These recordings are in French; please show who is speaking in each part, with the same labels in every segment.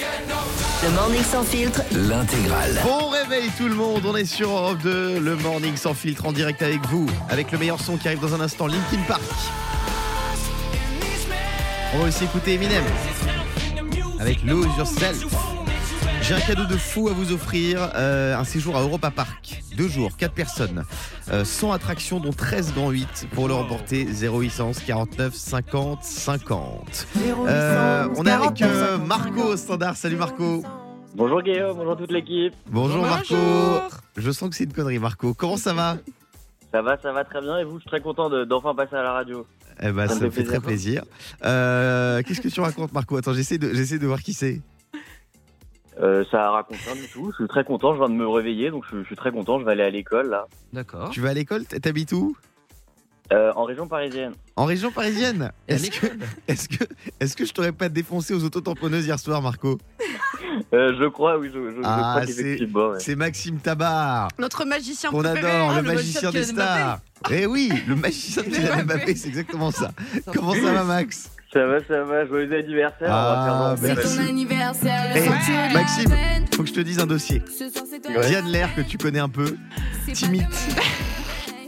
Speaker 1: Le Morning Sans Filtre,
Speaker 2: L'intégrale.
Speaker 3: Bon réveil tout le monde, on est sur Europe 2, le morning sans filtre en direct avec vous, avec le meilleur son qui arrive dans un instant, Linkin Park. On va aussi écouter Eminem avec Lose Yourself. J'ai un cadeau de fou à vous offrir, euh, un séjour à Europa Park. Deux jours, quatre personnes, euh, 100 attractions dont 13 dans 8 pour le remporter 0800 49 50 50. Euh, on est avec euh, Marco au standard, salut Marco.
Speaker 4: Bonjour Guillaume, bonjour toute l'équipe.
Speaker 3: Bonjour, Marco. Je sens que c'est une connerie Marco. Comment ça va
Speaker 4: Ça va, ça va très bien et vous, je suis très content de- d'enfin passer à la radio.
Speaker 3: Eh ben ça,
Speaker 4: Ça me
Speaker 3: me
Speaker 4: fait
Speaker 3: fait très plaisir. Euh, Qu'est-ce que tu racontes Marco Attends, j'essaie de, j'essaie de voir qui c'est.
Speaker 4: Euh, ça raconte rien du tout, je suis très content, je viens de me réveiller donc je, je suis très content, je vais aller à l'école là.
Speaker 5: D'accord.
Speaker 3: Tu vas à l'école T- T'habites où
Speaker 4: Euh, en région parisienne.
Speaker 3: En région parisienne Est-ce que, est-ce que, est-ce que je t'aurais pas défoncé aux autotamponneuses hier soir Marco
Speaker 4: Euh, je crois, oui, je, je- je
Speaker 3: Ah,
Speaker 4: crois
Speaker 3: c'est-
Speaker 4: qu'effectivement. ouais.
Speaker 3: C'est Maxime Tabar
Speaker 6: Notre magicien
Speaker 3: qu'on
Speaker 6: préféré.
Speaker 3: adore,
Speaker 6: Ah,
Speaker 3: hein, le magicien des stars. Eh oui, le magicien de
Speaker 6: Mbappé.
Speaker 3: Kylian Mbappé, c'est exactement ça. Comment ça va Max
Speaker 4: Ça va, ça va, joyeux anniversaire.
Speaker 3: Ah,
Speaker 4: on va faire
Speaker 3: merci.
Speaker 4: dans-
Speaker 7: anniversaire,
Speaker 3: Eh,
Speaker 7: soir, tu es
Speaker 3: Maxime.
Speaker 7: la veine.
Speaker 3: Faut que je te dise un dossier.
Speaker 7: Ce soir, c'est toi
Speaker 4: Ouais.
Speaker 3: Diane Lair que tu connais un peu,
Speaker 7: C'est pas
Speaker 3: timide.
Speaker 7: demain.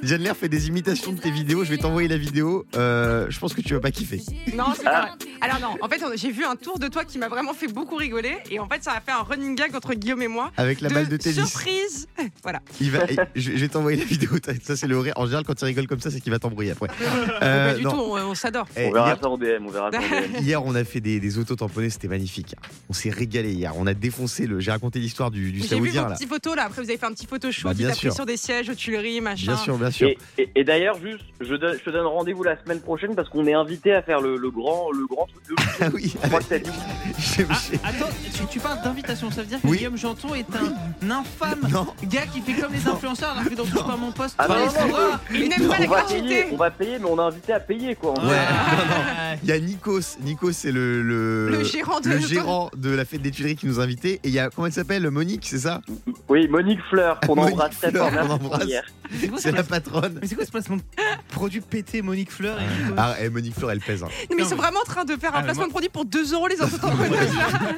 Speaker 3: Diane Lair fait des imitations de tes vidéos, je vais t'envoyer la vidéo, Euh, je pense que tu vas pas kiffer.
Speaker 6: Non, c'est pas vrai. Alors non, en fait, on- j'ai vu un tour de toi qui m'a vraiment fait beaucoup rigoler. Et en fait, ça a fait un running gag entre Guillaume et moi.
Speaker 3: Avec la balle de tennis.
Speaker 6: surprise. Voilà.
Speaker 3: Il va, et je, je vais t'envoyer la vidéo. t'as- Ça, c'est le horaire. En général, quand il rigole comme ça, c'est qu'il va t'embrouiller après. Euh,
Speaker 6: pas du
Speaker 3: non.
Speaker 6: tout, on, on s'adore.
Speaker 3: Eh,
Speaker 4: On verra
Speaker 3: hier,
Speaker 4: ça en DM, on verra ça en DM.
Speaker 3: hier, on a fait des, des autos tamponnés. C'était magnifique. On s'est régalé hier. On a défoncé le. J'ai raconté l'histoire du, du
Speaker 6: J'ai vu vos
Speaker 3: Saoudien là.
Speaker 6: petites photos là. Après, vous avez fait un petit photoshoot.
Speaker 3: Bah,
Speaker 6: vous
Speaker 3: bien
Speaker 6: avez pris
Speaker 3: sûr.
Speaker 6: sur des sièges aux Tuileries, machin.
Speaker 3: Bien sûr, bien sûr.
Speaker 4: Et, et- et d'ailleurs, juste, je, donne- je te donne rendez-vous la semaine prochaine parce qu'on est invité à faire le, le grand, le grand truc de
Speaker 3: Ah oui.
Speaker 4: Je crois que t'as dit.
Speaker 3: j'ai-
Speaker 5: Ah,
Speaker 3: j'ai-
Speaker 5: attends, tu, tu parles d'invitation, ça veut dire que
Speaker 3: Oui.
Speaker 5: Guillaume Janton est un infâme
Speaker 3: Non.
Speaker 5: gars qui fait comme les influenceurs alors que dans Touche pas mon poste.
Speaker 4: Ah,
Speaker 5: dans
Speaker 4: non,
Speaker 5: les
Speaker 4: non,
Speaker 5: forums.
Speaker 4: non.
Speaker 6: Il n'aime pas la
Speaker 4: On va payer,
Speaker 6: gratuité.
Speaker 4: on va payer, mais on est invité à payer quoi.
Speaker 3: Ouais. non, non. Il y a Nikos. Nikos, c'est le le,
Speaker 6: Ah. Le gérant de
Speaker 3: le gérant de la fête des Tuileries qui nous a invités. Et il y a comment elle s'appelle Monique, c'est ça
Speaker 4: Oui, Monique Fleur, qu'on
Speaker 3: Monique
Speaker 4: embrasse très
Speaker 3: Fleur,
Speaker 4: fort.
Speaker 3: qu'on
Speaker 4: Merci pour
Speaker 3: embrasse.
Speaker 4: hier.
Speaker 5: C'est quoi ce
Speaker 3: C'est la
Speaker 5: placement-
Speaker 3: patronne.
Speaker 5: Mais c'est quoi ce placement de produit pété Monique Fleur et
Speaker 3: Ah, et Monique Fleur, elle pèse. hein.
Speaker 6: Non, mais ils sont vraiment en train de faire un
Speaker 5: Ah, mais
Speaker 6: placement
Speaker 5: moi-
Speaker 6: de produit pour 2 euros les entrepreneuses là.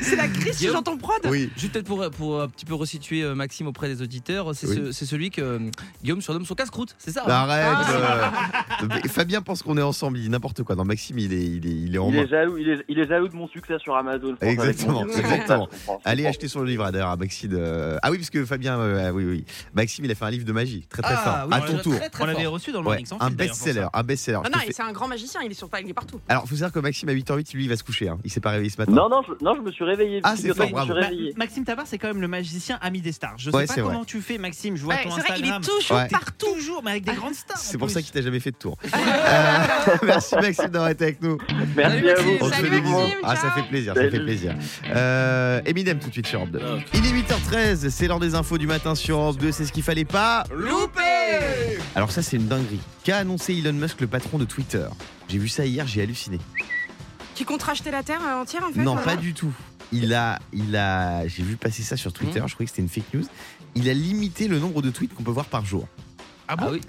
Speaker 6: C'est la crise chez
Speaker 8: Guillaume.
Speaker 6: J'entends Prod.
Speaker 3: Oui.
Speaker 8: Juste peut-être pour, pour un petit peu resituer euh, Maxime auprès des auditeurs, c'est
Speaker 3: Oui.
Speaker 8: ce- c'est celui que euh, Guillaume surnomme son casse-croûte, c'est ça
Speaker 3: Bah,
Speaker 5: Ah.
Speaker 8: hein
Speaker 3: Arrête. euh. Mais Fabien pense qu'on est ensemble, il dit n'importe quoi. Non, Maxime, il est, il est, il est en
Speaker 4: Il
Speaker 3: main.
Speaker 4: est, jaloux, il, est, il est jaloux de mon succès sur Amazon. je pense, avec mon
Speaker 3: Exactement,
Speaker 4: livre.
Speaker 3: exactement.
Speaker 4: Je comprends, je
Speaker 3: Allez
Speaker 8: Oh.
Speaker 4: comprends.
Speaker 3: acheter son livre ah, d'ailleurs à Maxime. euh, Ah oui, parce que Fabien, euh, ah oui, oui. Maxime, il a fait un livre de magie, très très
Speaker 5: Ah,
Speaker 3: fort,
Speaker 5: oui,
Speaker 3: à
Speaker 5: on
Speaker 3: ton
Speaker 5: l'a-
Speaker 3: tour.
Speaker 5: très, très
Speaker 8: On l'avait
Speaker 5: fort. Ah,
Speaker 8: reçu dans le
Speaker 3: Ouais,
Speaker 8: Morning Sans
Speaker 3: un
Speaker 8: Filtre, d'ailleurs, pour ça.
Speaker 3: best-seller, un best-seller.
Speaker 6: Non,
Speaker 3: Je
Speaker 6: non,
Speaker 3: te fais-
Speaker 6: c'est un grand magicien, il est sur il est partout.
Speaker 3: Alors, faut savoir que Maxime à 8h08, lui, il va se coucher. hein. Il s'est pas réveillé ce matin.
Speaker 4: Non, non, je, non, je me suis réveillé.
Speaker 3: Ah, c'est
Speaker 4: figure-toi
Speaker 3: fort,
Speaker 4: que je me
Speaker 3: bravo.
Speaker 4: suis réveillé.
Speaker 5: Ma- Maxime Tabar, c'est quand même le magicien ami des stars. Je sais
Speaker 3: Ouais,
Speaker 5: pas
Speaker 3: c'est
Speaker 5: comment tu fais, Maxime. Je vois
Speaker 6: Ouais,
Speaker 5: ton
Speaker 6: c'est vrai, il est
Speaker 5: Instagram. Ah,
Speaker 6: toujours
Speaker 3: Ouais.
Speaker 6: partout.
Speaker 5: toujours, mais avec des grandes stars.
Speaker 3: C'est
Speaker 5: en
Speaker 3: pour
Speaker 5: plus.
Speaker 3: ça qu'il t'a jamais fait de tour. Euh, merci Maxime d'avoir été avec nous.
Speaker 4: Merci
Speaker 8: Salut,
Speaker 4: à
Speaker 8: Maxime.
Speaker 4: vous.
Speaker 3: On te
Speaker 6: Salut,
Speaker 3: fait des
Speaker 6: Maxime,
Speaker 3: bisous. Ah, ça
Speaker 6: ciao.
Speaker 3: fait plaisir, ça fait
Speaker 4: Salut.
Speaker 3: plaisir. Euh, Eminem tout de suite sur Europe 2.
Speaker 6: Ah.
Speaker 3: Il est 8h13, c'est l'heure des infos du matin sur Europe 2, c'est ce qu'il fallait pas.
Speaker 6: Loupé
Speaker 3: Alors ça c'est une dinguerie. Qu'a annoncé Elon Musk, le patron de Twitter J'ai vu ça hier, j'ai halluciné.
Speaker 6: Qui compte racheter la terre euh, entière en fait
Speaker 3: Non,
Speaker 6: euh,
Speaker 3: pas du tout. Il a, il a, j'ai vu passer ça sur Twitter. Je croyais que c'était une fake news. Il a limité le nombre de tweets qu'on peut voir par jour.
Speaker 5: Ah
Speaker 8: Ah
Speaker 5: bon
Speaker 8: oui.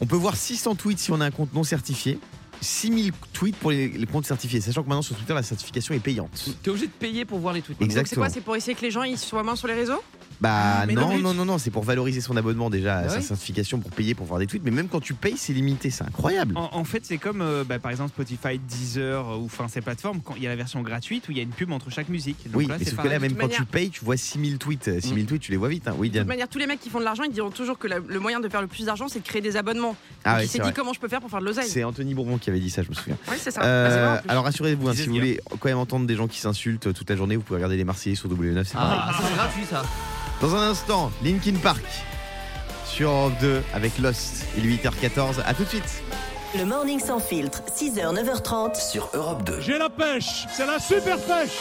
Speaker 3: On peut voir 600 tweets si on a un compte non certifié. 6000 tweets pour les, les comptes certifiés, sachant que maintenant sur Twitter la certification est payante.
Speaker 8: T'es obligé de payer pour voir les tweets.
Speaker 6: Donc c'est
Speaker 3: Exactement.
Speaker 6: quoi C'est pour essayer que les gens ils soient moins sur les réseaux
Speaker 3: Bah
Speaker 5: Mais
Speaker 3: non,
Speaker 5: non, mais-
Speaker 3: non, non, non, c'est pour valoriser son abonnement déjà,
Speaker 8: Bah
Speaker 3: sa
Speaker 8: oui.
Speaker 3: certification pour payer pour voir des tweets. Mais même quand tu payes, c'est limité, c'est incroyable.
Speaker 5: En, en fait, c'est comme euh, bah, par exemple Spotify, Deezer euh, ou enfin ces plateformes. Quand il y a la version gratuite où il y a une pub entre chaque musique. Donc
Speaker 3: oui,
Speaker 5: là,
Speaker 3: mais
Speaker 5: c'est
Speaker 3: sauf que là,
Speaker 5: pareil.
Speaker 3: même
Speaker 6: toute
Speaker 3: quand tu
Speaker 6: manière- Mm.
Speaker 3: payes, tu vois 6000 tweets. Euh, 6000 tweets, tu les vois vite. hein. Oui,
Speaker 6: De toute
Speaker 3: Diane.
Speaker 6: manière, tous les mecs qui font de l'argent, ils diront toujours que la- le moyen de faire le plus d'argent, c'est de créer des abonnements.
Speaker 3: Ah
Speaker 6: Donc
Speaker 3: ouais,
Speaker 6: il
Speaker 3: c'est
Speaker 6: s'est dit
Speaker 3: vrai.
Speaker 6: comment je peux faire pour faire de l'oseille.
Speaker 3: C'est Anthony Bourbon qui avait dit ça, je me souviens.
Speaker 6: Oui, c'est ça.
Speaker 3: Euh,
Speaker 6: Bah, c'est vrai, en plus.
Speaker 3: alors rassurez-vous, hein,
Speaker 5: Disait
Speaker 3: si vous
Speaker 5: bien.
Speaker 3: voulez quand même entendre des gens qui s'insultent euh, toute la journée, vous pouvez regarder les Marseillais sur W9. c'est pas mal.
Speaker 8: Ah, c'est gratuit ça.
Speaker 3: Dans un instant, Linkin Park sur Europe 2 avec Lost. Il est 8h14. À tout de suite.
Speaker 1: le Morning Sans Filtre, 6h, 9h30.
Speaker 2: Sur Europe 2.
Speaker 9: J'ai la pêche, c'est la super pêche.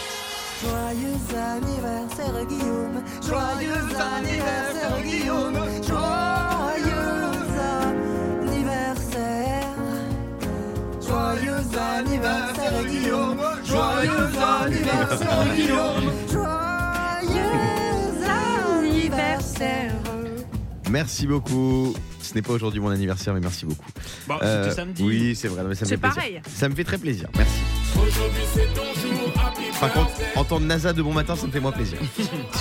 Speaker 3: Merci beaucoup. Ce n'est pas aujourd'hui mon anniversaire, mais merci beaucoup.
Speaker 5: Bah,
Speaker 3: Euh,
Speaker 5: c'était samedi.
Speaker 3: Oui, c'est vrai. non, mais ça me
Speaker 6: C'est
Speaker 3: fait plaisir.
Speaker 6: pareil.
Speaker 3: Ça me fait très plaisir. Merci.
Speaker 9: Aujourd'hui c'est ton jour, happy
Speaker 3: Par contre, entendre NASA de bon matin, ça me fait moins plaisir.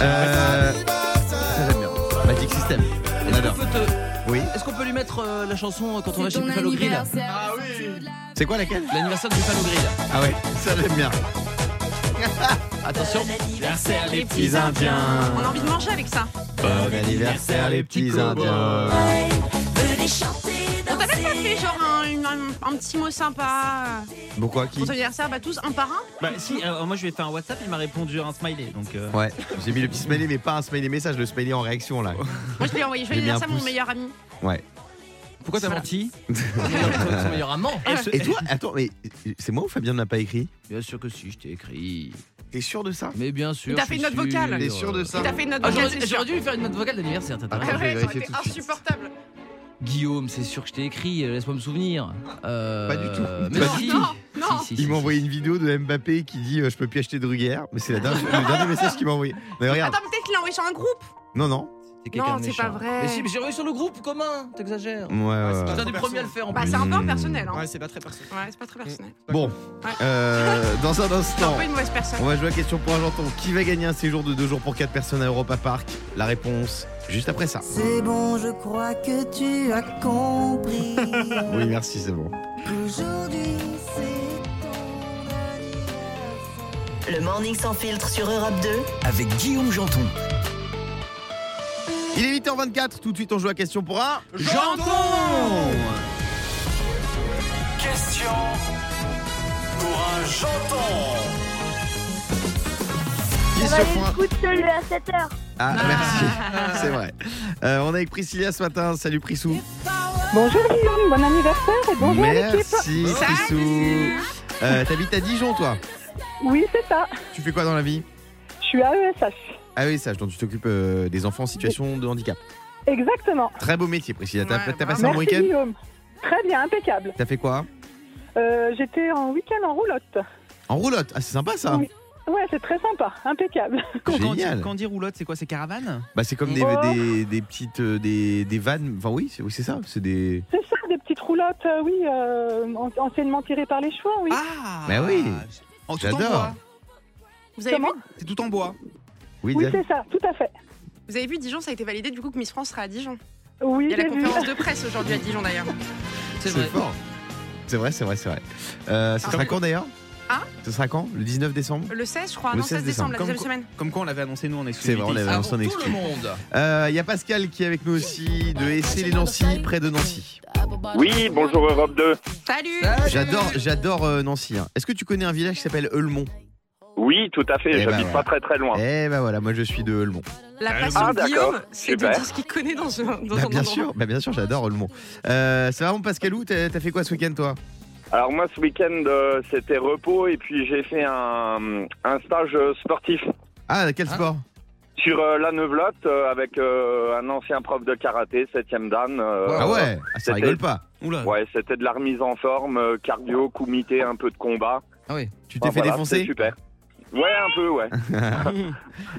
Speaker 3: Euh, ça j'aime bien. Magic System. On
Speaker 8: Est-ce qu'on
Speaker 3: adore.
Speaker 8: peut, te-
Speaker 3: Oui.
Speaker 8: est-ce qu'on peut lui mettre euh, la chanson euh, quand on va
Speaker 7: C'est
Speaker 8: chez
Speaker 7: ton
Speaker 8: Buffalo Grill
Speaker 7: anniversaire.
Speaker 3: Ah C'est quoi laquelle
Speaker 8: L'anniversaire de Buffalo Grill.
Speaker 3: Ah ouais, ça j'aime bien.
Speaker 8: Attention.
Speaker 5: Anniversaire,
Speaker 6: les petits
Speaker 5: Indiens.
Speaker 6: On a envie de manger avec ça.
Speaker 3: Bon anniversaire les petits indiens.
Speaker 6: On t'a même pas fait genre un, une- un- un petit mot sympa. euh,
Speaker 3: Bon quoi qui
Speaker 6: Pour ton anniversaire, bah tous un par un.
Speaker 5: Bah si, euh, moi je lui ai fait un WhatsApp, il m'a répondu un smiley. Donc euh,
Speaker 3: Ouais, j'ai mis le petit smiley mais pas un smiley message, le smiley en réaction là.
Speaker 6: Moi je lui ai envoyé joyeux
Speaker 3: J'ai mis un
Speaker 6: anniversaire à mon
Speaker 3: pouce.
Speaker 6: meilleur ami.
Speaker 3: Ouais.
Speaker 8: Pourquoi t'as
Speaker 6: Voilà.
Speaker 8: menti Son meilleur amant.
Speaker 5: ce-
Speaker 3: Et toi, attends, mais c'est moi ou Fabien n'a pas écrit
Speaker 8: Bien sûr que si, je t'ai écrit.
Speaker 3: T'es sûr de ça
Speaker 8: Mais bien sûr.
Speaker 6: Il t'a
Speaker 8: je
Speaker 6: fait
Speaker 8: suis
Speaker 6: une note vocale.
Speaker 3: T'es sûr de ça
Speaker 6: T'as fait une note
Speaker 8: Ah,
Speaker 6: vocale,
Speaker 8: J'aurais
Speaker 6: c'est sûr.
Speaker 8: j'aurais dû lui faire une note vocale d'anniversaire, t'as
Speaker 3: Ah,
Speaker 8: raison.
Speaker 6: C'est vrai,
Speaker 3: Je vais
Speaker 6: ça aurait
Speaker 3: vérifier
Speaker 6: été
Speaker 3: tout de suite.
Speaker 6: insupportable.
Speaker 8: Guillaume, c'est sûr que je t'ai écrit, euh, laisse-moi me souvenir. Euh,
Speaker 3: Pas du tout.
Speaker 8: Mais
Speaker 3: Pas
Speaker 8: non,
Speaker 3: du
Speaker 8: si.
Speaker 3: tout.
Speaker 6: Non, non.
Speaker 8: Si, si, si,
Speaker 3: Il m'a envoyé une vidéo de Mbappé qui dit euh, je peux plus acheter de Ruguère, mais c'est la dernière- le dernier message qu'il m'a envoyé. Mais regarde,
Speaker 6: Attends, peut-être qu'il l'a envoyé sur un groupe.
Speaker 3: non non.
Speaker 8: C'est quelqu'un
Speaker 6: Non,
Speaker 8: de
Speaker 6: c'est
Speaker 8: méchant.
Speaker 6: pas vrai.
Speaker 8: Mais si, mais j'ai revu sur le groupe commun, t'exagères.
Speaker 3: Ouais, ouais, ouais.
Speaker 8: T'es un des premiers à le faire en
Speaker 6: Bah
Speaker 8: plus.
Speaker 6: c'est un peu
Speaker 3: Mmh.
Speaker 6: impersonnel. Hein.
Speaker 10: Ouais, c'est pas très personnel.
Speaker 6: Ouais, c'est pas
Speaker 3: Mm.
Speaker 6: très personnel.
Speaker 3: Bon, euh, dans un
Speaker 6: T'es un
Speaker 3: instant,
Speaker 6: peu une mauvaise personne.
Speaker 3: on va jouer à la question pour un janton. Qui va gagner un séjour de deux jours pour quatre personnes à Europa Park La réponse juste après ça.
Speaker 1: C'est bon, je crois que tu as compris.
Speaker 3: Oui, merci, c'est bon.
Speaker 1: Aujourd'hui, c'est ton Le Morning sans filtre sur Europe 2.
Speaker 11: Avec Guillaume Janton.
Speaker 3: Il est 8h24, tout de suite on joue à la question pour un
Speaker 5: Janton
Speaker 4: Question pour un janton.
Speaker 3: question pour un-
Speaker 7: Écoute-le à 7h.
Speaker 3: Ah, merci, c'est vrai. Euh, on est avec Priscilla ce matin. Salut Prissou.
Speaker 12: Bonjour Guillaume, bon anniversaire et bonjour l'équipe.
Speaker 3: merci Prissou. Euh, T'habites à Dijon, toi
Speaker 12: Oui, c'est ça.
Speaker 3: Tu fais quoi dans la vie
Speaker 12: Je suis à E ESH.
Speaker 3: Ah oui, ça, donc tu t'occupes euh, des enfants en situation de handicap.
Speaker 12: Exactement.
Speaker 3: Très beau métier, Priscilla. T'as
Speaker 6: Ouais,
Speaker 3: t'as
Speaker 6: bravo.
Speaker 3: passé un bon
Speaker 12: Merci
Speaker 3: week-end
Speaker 12: Guillaume. Très bien, impeccable.
Speaker 3: T'as fait quoi
Speaker 12: Euh, J'étais en week-end en roulotte.
Speaker 3: En roulotte. Ah, c'est sympa ça.
Speaker 12: Oui. Ouais, c'est très sympa, impeccable.
Speaker 5: Quand- quand on dit-
Speaker 3: Génial.
Speaker 5: Quand on dit roulotte, c'est quoi C'est caravane
Speaker 3: Bah, c'est comme des,
Speaker 12: Oh.
Speaker 3: des, des petites euh, des, des vannes. Enfin, oui, c'est oui, c'est ça. C'est des.
Speaker 12: C'est ça, des petites roulottes, euh, oui, euh, an- anciennement tirées par les chevaux, oui.
Speaker 5: Ah
Speaker 3: Bah oui.
Speaker 5: En tout en
Speaker 3: J'adore.
Speaker 5: bois.
Speaker 6: Vous avez, vu,
Speaker 12: Comment
Speaker 5: C'est tout en bois.
Speaker 3: Oui,
Speaker 12: Oui,
Speaker 3: Diane
Speaker 12: c'est ça, tout à fait.
Speaker 6: vous avez vu, Dijon, ça a été validé du coup que Miss France sera à Dijon.
Speaker 12: Oui,
Speaker 6: Il y a la
Speaker 12: j'ai vu.
Speaker 6: conférence de presse aujourd'hui à Dijon d'ailleurs.
Speaker 8: C'est
Speaker 3: c'est
Speaker 8: vrai.
Speaker 3: fort. C'est vrai, c'est vrai, c'est vrai. Euh, ce
Speaker 6: Comme
Speaker 3: sera
Speaker 6: quoi.
Speaker 3: quand d'ailleurs
Speaker 6: Hein
Speaker 3: Ce sera quand Le 19 décembre
Speaker 6: Le 16, je crois,
Speaker 3: Le
Speaker 6: non, 16 décembre, la
Speaker 5: Comme
Speaker 6: deuxième
Speaker 5: quoi-
Speaker 6: semaine.
Speaker 5: Comme quoi on l'avait annoncé nous en
Speaker 3: C'est
Speaker 5: exclusivité.
Speaker 3: vrai, on l'avait
Speaker 8: Avant
Speaker 3: annoncé
Speaker 8: tout
Speaker 3: en
Speaker 8: le
Speaker 3: exclu.
Speaker 8: monde.
Speaker 3: Euh, Il y a Pascal qui est avec nous aussi, de Essay-les-Nancy, près de Nancy.
Speaker 4: Oui, bonjour Europe 2.
Speaker 6: Salut
Speaker 3: Ah, J'adore j'adore euh, Nancy. hein. Est-ce que tu connais un village qui s'appelle Eulmont
Speaker 4: Oui, tout à
Speaker 3: Eh
Speaker 4: fait,
Speaker 3: ben
Speaker 4: j'habite
Speaker 3: voilà.
Speaker 4: pas très très loin.
Speaker 3: Eh ben voilà, moi je suis de Eulmont.
Speaker 6: La
Speaker 5: Ah,
Speaker 6: passion de
Speaker 4: d'accord.
Speaker 6: Guillaume, c'est de
Speaker 4: Super.
Speaker 6: dire ce qu'il connaît dans son dans
Speaker 3: Bah,
Speaker 6: son
Speaker 3: bien,
Speaker 6: endroit.
Speaker 3: sûr, bah, bien sûr, j'adore Eulmont. Euh, ça va mon Pascalou T'as t'as fait quoi ce week-end toi Eh.
Speaker 4: Alors moi ce week-end euh, c'était repos et puis j'ai fait un, un stage euh, sportif
Speaker 3: Ah, quel
Speaker 8: Hein
Speaker 3: sport
Speaker 4: sur euh, la Neuvelotte euh, avec euh, un ancien prof de karaté, 7ème dan. euh,
Speaker 3: Ah ouais, ah, ça
Speaker 4: c'était-
Speaker 3: rigole pas.
Speaker 5: Oula.
Speaker 4: Ouais, c'était de la remise en forme, euh, cardio, comité, un peu de combat.
Speaker 3: Tu t'es
Speaker 4: Enfin,
Speaker 3: fait
Speaker 4: Ah, voilà, c'était
Speaker 3: défoncer
Speaker 4: Super. Ouais, un peu, ouais.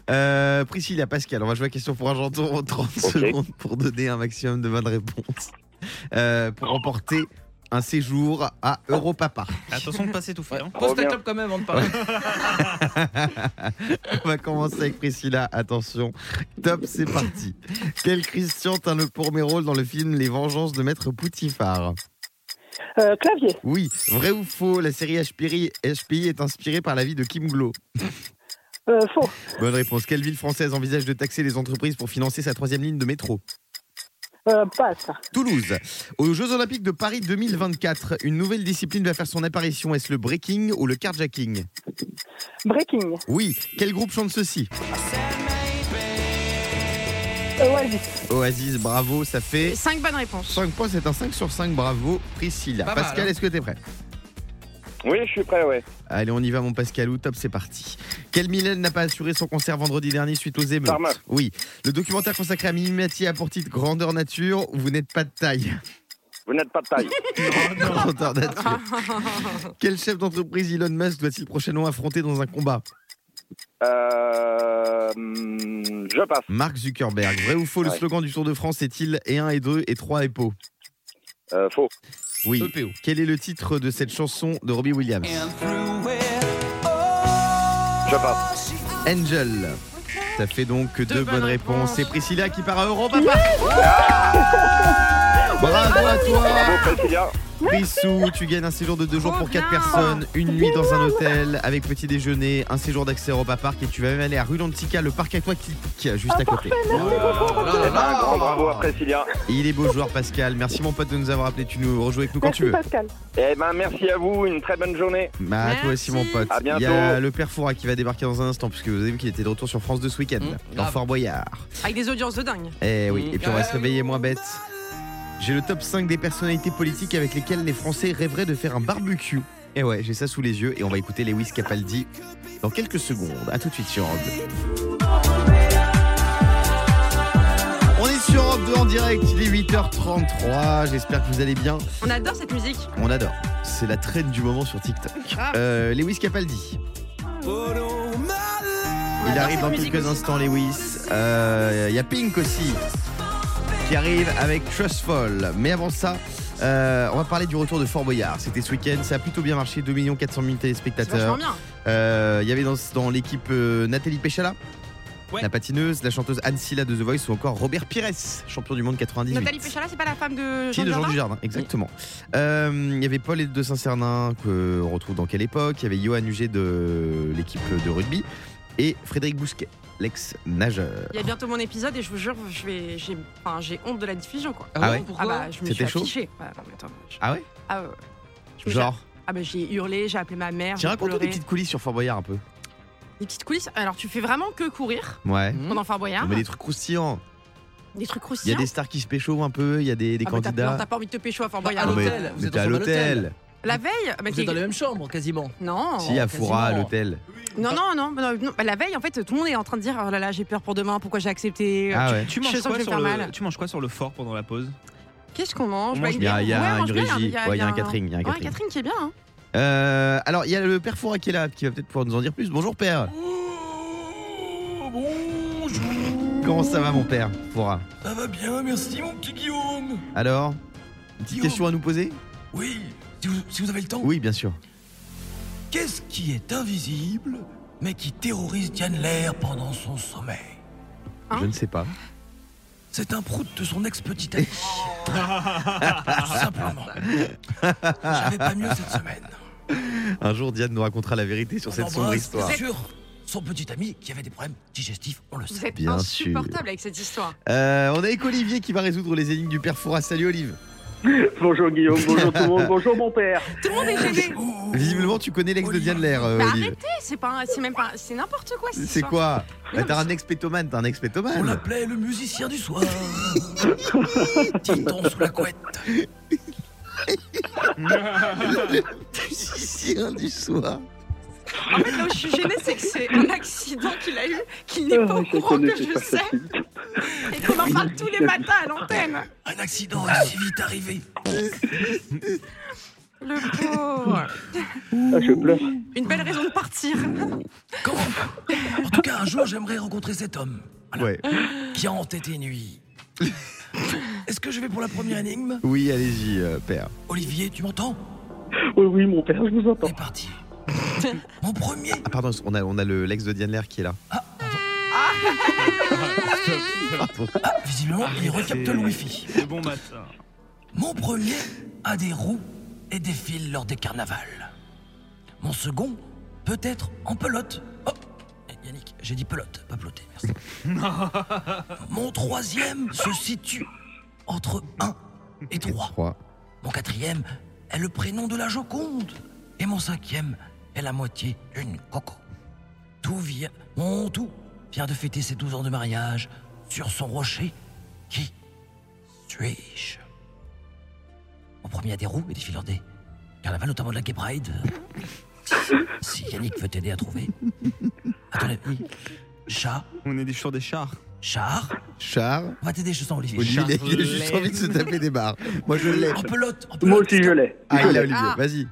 Speaker 3: euh, Priscilla, Pascal, on va jouer à la question pour un janton en 30
Speaker 4: Ok.
Speaker 3: secondes pour donner un maximum de bonnes réponses. Euh, pour remporter un séjour à Europa Park.
Speaker 5: Attention de passer tout
Speaker 8: Ouais,
Speaker 5: faire. hein.
Speaker 8: Pose ta
Speaker 4: Reviens.
Speaker 8: clope quand même avant de parler.
Speaker 3: On va commencer avec Priscilla, attention. Top, c'est parti. Quel Christian tient le premier rôle dans le film Les Vengeances de Maître Poutifard
Speaker 12: Euh, clavier,
Speaker 3: Oui, vrai ou faux, la série HPI, HPI est inspirée par la vie de Kim Glow.
Speaker 12: euh, faux,
Speaker 3: Bonne réponse. Quelle ville française envisage de taxer les entreprises pour financer sa troisième ligne de métro
Speaker 12: euh, passe.
Speaker 3: Toulouse. Aux Jeux Olympiques de Paris 2024, une nouvelle discipline va faire son apparition. Est-ce le breaking ou le carjacking
Speaker 12: Breaking,
Speaker 3: Oui. Quel groupe chante ceci
Speaker 12: euh, Walvis.
Speaker 3: Oasis, bravo, ça fait
Speaker 6: Cinq bonnes réponses.
Speaker 3: 5 points, c'est un 5 sur 5, bravo Priscilla.
Speaker 8: Pas mal,
Speaker 3: Pascal,
Speaker 8: hein.
Speaker 3: est-ce que t'es prêt
Speaker 4: Oui, je suis prêt, ouais.
Speaker 3: Allez, on y va mon Pascalou, top, c'est parti. Quel Mylène n'a pas assuré son concert vendredi dernier suite aux émeutes
Speaker 4: Sarma.
Speaker 3: Oui. Le documentaire consacré à Mimimati a pour titre Grandeur Nature, vous n'êtes pas de taille.
Speaker 4: Vous n'êtes pas de taille.
Speaker 8: Oh
Speaker 3: Grandeur Nature. Quel chef d'entreprise Elon Musk doit-il prochainement affronter dans un combat
Speaker 4: Euh, hum, je passe.
Speaker 3: Mark Zuckerberg. Vrai ou faux, le
Speaker 4: Ouais.
Speaker 3: slogan du Tour de France est il et 1 et 2 et 3 et Pau
Speaker 4: Euh, faux.
Speaker 3: Oui.
Speaker 8: EPO.
Speaker 3: Quel est le titre de cette chanson de Robbie Williams
Speaker 9: Je pars.
Speaker 3: Angel. Ça fait donc deux, bonnes,
Speaker 6: bonnes
Speaker 3: réponses.
Speaker 6: réponses.
Speaker 3: C'est Priscilla qui part à Europa Park. Bravo
Speaker 9: Ah
Speaker 3: à toi,
Speaker 9: Bravo, Priscilla.
Speaker 3: Prissou. Tu gagnes un séjour de deux jours
Speaker 6: Trop
Speaker 3: pour quatre
Speaker 6: bien.
Speaker 3: personnes, une nuit dans un hôtel avec petit déjeuner, un séjour d'accès à Europa Park et tu vas même aller à Rue Lantica, le parc aquatique juste à côté.
Speaker 9: Eh ben, un grand bravo à Priscilla.
Speaker 3: Il est beau joueur Pascal. Merci mon pote de nous avoir appelé. Tu nous rejoues avec nous quand
Speaker 13: Merci
Speaker 3: tu veux.
Speaker 13: Pascal.
Speaker 9: Eh ben, merci à vous. Une très bonne journée.
Speaker 3: Bah, à toi aussi, mon
Speaker 6: Merci.
Speaker 3: pote.
Speaker 9: À
Speaker 3: Il
Speaker 9: bientôt.
Speaker 3: y a le père Foura qui va débarquer dans un instant, puisque vous avez vu qu'il était de retour sur France de ce week-end,
Speaker 14: Mmh,
Speaker 3: dans
Speaker 14: grave.
Speaker 3: Fort Boyard.
Speaker 6: Avec des audiences de dingue.
Speaker 3: Eh oui,
Speaker 14: Mmh.
Speaker 3: et puis on va se réveiller moins bête. J'ai le top 5 des personnalités politiques avec lesquelles les Français rêveraient de faire un barbecue. Et Eh ouais, j'ai ça sous les yeux, et on va écouter Lewis Capaldi dans quelques secondes. À tout de suite sur Europe 2. On est sur Europe 2 en direct, il est 8h33, j'espère que vous allez bien.
Speaker 6: On adore cette musique.
Speaker 3: On adore. C'est la traîne du moment sur TikTok. Euh, Lewis Capaldi. Il
Speaker 6: adore
Speaker 3: arrive
Speaker 6: cette
Speaker 3: dans
Speaker 6: musique
Speaker 3: quelques
Speaker 6: aussi.
Speaker 3: instants, Lewis. Euh, Il y a Pink aussi qui arrive avec Trustful. Mais avant ça, euh, on va parler du retour de Fort Boyard. C'était ce week-end, ça a plutôt bien marché, 2 400 000
Speaker 6: C'est vachement
Speaker 3: téléspectateurs.
Speaker 6: bien.
Speaker 3: Euh, Il y avait dans, dans l'équipe euh, Nathalie Péchala,
Speaker 5: Ouais.
Speaker 3: la patineuse, la chanteuse Anne Silla de The Voice ou encore Robert Pires, champion du monde 98.
Speaker 6: Nathalie Péchala, c'est pas la femme de
Speaker 3: Si, de Jean
Speaker 6: Jean Dujardin
Speaker 3: du Jardin, exactement. Euh, Il y avait Paul et de Saint-Cernin qu'on retrouve dans quelle époque Il y avait Johan Huget de l'équipe de rugby et Frédéric Bousquet, l'ex-nageur.
Speaker 6: Il y a bientôt mon épisode et je vous jure, je vais, j'ai, enfin, j'ai honte de la diffusion quoi.
Speaker 3: Ah ouais
Speaker 6: Ah bah, je me suis
Speaker 3: C'était chaud
Speaker 6: affichée. Ouais, non, mais attends, je-
Speaker 3: Ah ouais
Speaker 6: Ah ouais, ouais. Je me suis-
Speaker 3: Genre,
Speaker 6: Ah bah, j'ai hurlé, j'ai appelé ma mère.
Speaker 3: tu
Speaker 6: j'ai
Speaker 3: racontes
Speaker 6: pleuré.
Speaker 3: des petites coulisses sur Fort Boyard un peu
Speaker 6: Des petites coulisses. Alors, tu fais vraiment que courir
Speaker 3: Ouais.
Speaker 8: Hmm
Speaker 14: Mmh.
Speaker 6: pendant Fort
Speaker 3: On
Speaker 6: Boyard.
Speaker 3: met
Speaker 6: Des...
Speaker 3: des trucs croustillants.
Speaker 6: trucs
Speaker 3: Il y a
Speaker 6: croustillants.
Speaker 3: des stars qui se pécho un peu, il y a des, des
Speaker 6: Ah bah, t'as- non,
Speaker 3: candidats. Ah,
Speaker 6: T'as pas envie de te pécho à Fort
Speaker 14: Bah,
Speaker 6: Boyard.
Speaker 14: à
Speaker 3: Non, mais-
Speaker 14: l'hôtel, vous
Speaker 3: mais
Speaker 14: êtes
Speaker 3: t'es à
Speaker 14: ensemble à
Speaker 3: l'hôtel.
Speaker 6: La veille bah,
Speaker 14: Vous
Speaker 6: t'es-
Speaker 14: êtes dans la même chambre quasiment.
Speaker 6: Non.
Speaker 3: Si, à Foura, à
Speaker 14: quasiment.
Speaker 3: l'hôtel.
Speaker 6: Non, non, non, bah, non, bah, La veille, en fait, tout le monde est en train de dire Oh là là, j'ai peur pour demain, pourquoi j'ai accepté euh,
Speaker 3: Ah ouais.
Speaker 5: Tu
Speaker 6: Je sens
Speaker 5: manges,
Speaker 6: que je
Speaker 5: quoi
Speaker 6: vais
Speaker 5: sur
Speaker 6: faire
Speaker 5: le,
Speaker 6: mal.
Speaker 5: tu manges quoi sur le fort pendant la pause
Speaker 6: Qu'est-ce qu'on mange
Speaker 5: On
Speaker 6: Bah,
Speaker 5: mange
Speaker 3: Il y a, il y a
Speaker 6: ouais, on mange
Speaker 3: une
Speaker 6: bien,
Speaker 3: régie, ouais, il y a un catering. il y a un
Speaker 6: Ouais,
Speaker 3: catering.
Speaker 6: Catherine qui est bien. hein.
Speaker 3: Euh, alors, il y a le père Foura qui est là, qui va peut-être pouvoir nous en dire plus. Bonjour, père. Comment ça va, mon père Foura
Speaker 8: Ça va bien, merci mon petit Guillaume.
Speaker 3: Alors une Petite
Speaker 8: Guillaume.
Speaker 3: question à nous poser
Speaker 8: Oui, si vous, si vous avez le temps.
Speaker 3: Oui, bien sûr.
Speaker 8: Qu'est-ce qui est invisible mais qui terrorise Diane Lair pendant son sommeil
Speaker 6: Hein
Speaker 3: Je ne sais pas.
Speaker 8: C'est un prout de son ex-petit ami. Tout simplement. J'avais pas mieux cette semaine.
Speaker 3: Un jour, Diane nous racontera la vérité sur
Speaker 8: On
Speaker 3: cette
Speaker 8: embrasse,
Speaker 3: sombre histoire.
Speaker 8: Bien sûr, son petit ami qui avait des problèmes digestifs, on le
Speaker 6: Vous
Speaker 8: sait.
Speaker 6: êtes
Speaker 3: Bien sûr.
Speaker 6: insupportable avec cette histoire.
Speaker 3: Euh, on est avec Olivier qui va résoudre les énigmes du père Foura. Salut, Olive.
Speaker 9: Bonjour Guillaume, bonjour tout le monde, bonjour mon père.
Speaker 6: Tout le monde est gêné.
Speaker 8: Oh,
Speaker 3: Visiblement, tu connais l'ex de
Speaker 8: Olivier.
Speaker 3: Diane Lair, euh,
Speaker 6: Bah,
Speaker 3: Olive.
Speaker 6: arrêtez, c'est pas, un- c'est même pas, c'est n'importe quoi. cette
Speaker 3: C'est
Speaker 6: histoire.
Speaker 3: quoi Bah,
Speaker 6: Mais non,
Speaker 3: T'as
Speaker 6: mais
Speaker 3: un ex-pétomane, t'as un
Speaker 8: On
Speaker 3: ex-pétomane.
Speaker 8: l'appelait le musicien du soir. Titon sous la couette.
Speaker 3: Musicien du soir.
Speaker 6: En fait, là où je suis gênée, c'est que c'est un accident qu'il a eu, qu'il
Speaker 9: Ah,
Speaker 6: n'est pas au courant que je sais et qu'on en parle tous les matins à l'antenne.
Speaker 8: Un accident est si vite arrivé.
Speaker 6: Le
Speaker 9: Ah,
Speaker 6: pauvre.
Speaker 9: je pleure.
Speaker 6: Une belle raison de partir.
Speaker 8: Quand- En tout cas, un jour, j'aimerais rencontrer cet homme
Speaker 3: Ouais.
Speaker 8: qui a hanté tes nuits. Est-ce que je vais pour la première énigme
Speaker 3: Oui, allez-y, euh, père.
Speaker 8: Olivier, tu m'entends
Speaker 9: Oui, oui, mon père, je vous entends.
Speaker 8: C'est parti. Mon premier.
Speaker 3: Ah, pardon, on a, on a le l'ex de Diane Lair qui est là. Pardon.
Speaker 8: Ah, visiblement, il recapte
Speaker 5: C'est-
Speaker 8: le wifi.
Speaker 5: Le bon matin.
Speaker 8: Mon premier a des roues et défile lors des carnavals. Mon second, peut-être en pelote. Oh, Yannick, j'ai dit pelote, pas peloté, merci. Mon troisième se situe entre 1 et 3.
Speaker 3: Trois.
Speaker 8: Mon quatrième est le prénom de la Joconde. Et mon cinquième est la moitié d'une coco. Tout vient, mon tout vient de fêter ses 12 ans de mariage sur son rocher. Qui suis-je Mon premier a des roues et des fileurs des carnaval, notamment de la Gay Pride. si Yannick veut t'aider à trouver. À ton avis, chat,
Speaker 5: On est des sur des chars.
Speaker 8: char,
Speaker 3: Char.
Speaker 8: on va t'aider, je sens, Olivier.
Speaker 3: Olivier,
Speaker 8: Char.
Speaker 3: il a- il a juste envie de se taper des barres. Moi, je l'ai.
Speaker 8: En pelote, en pelote.
Speaker 9: Moi aussi, je l'ai.
Speaker 3: Ah, il a Olivier.
Speaker 6: Ah.
Speaker 3: Vas-y.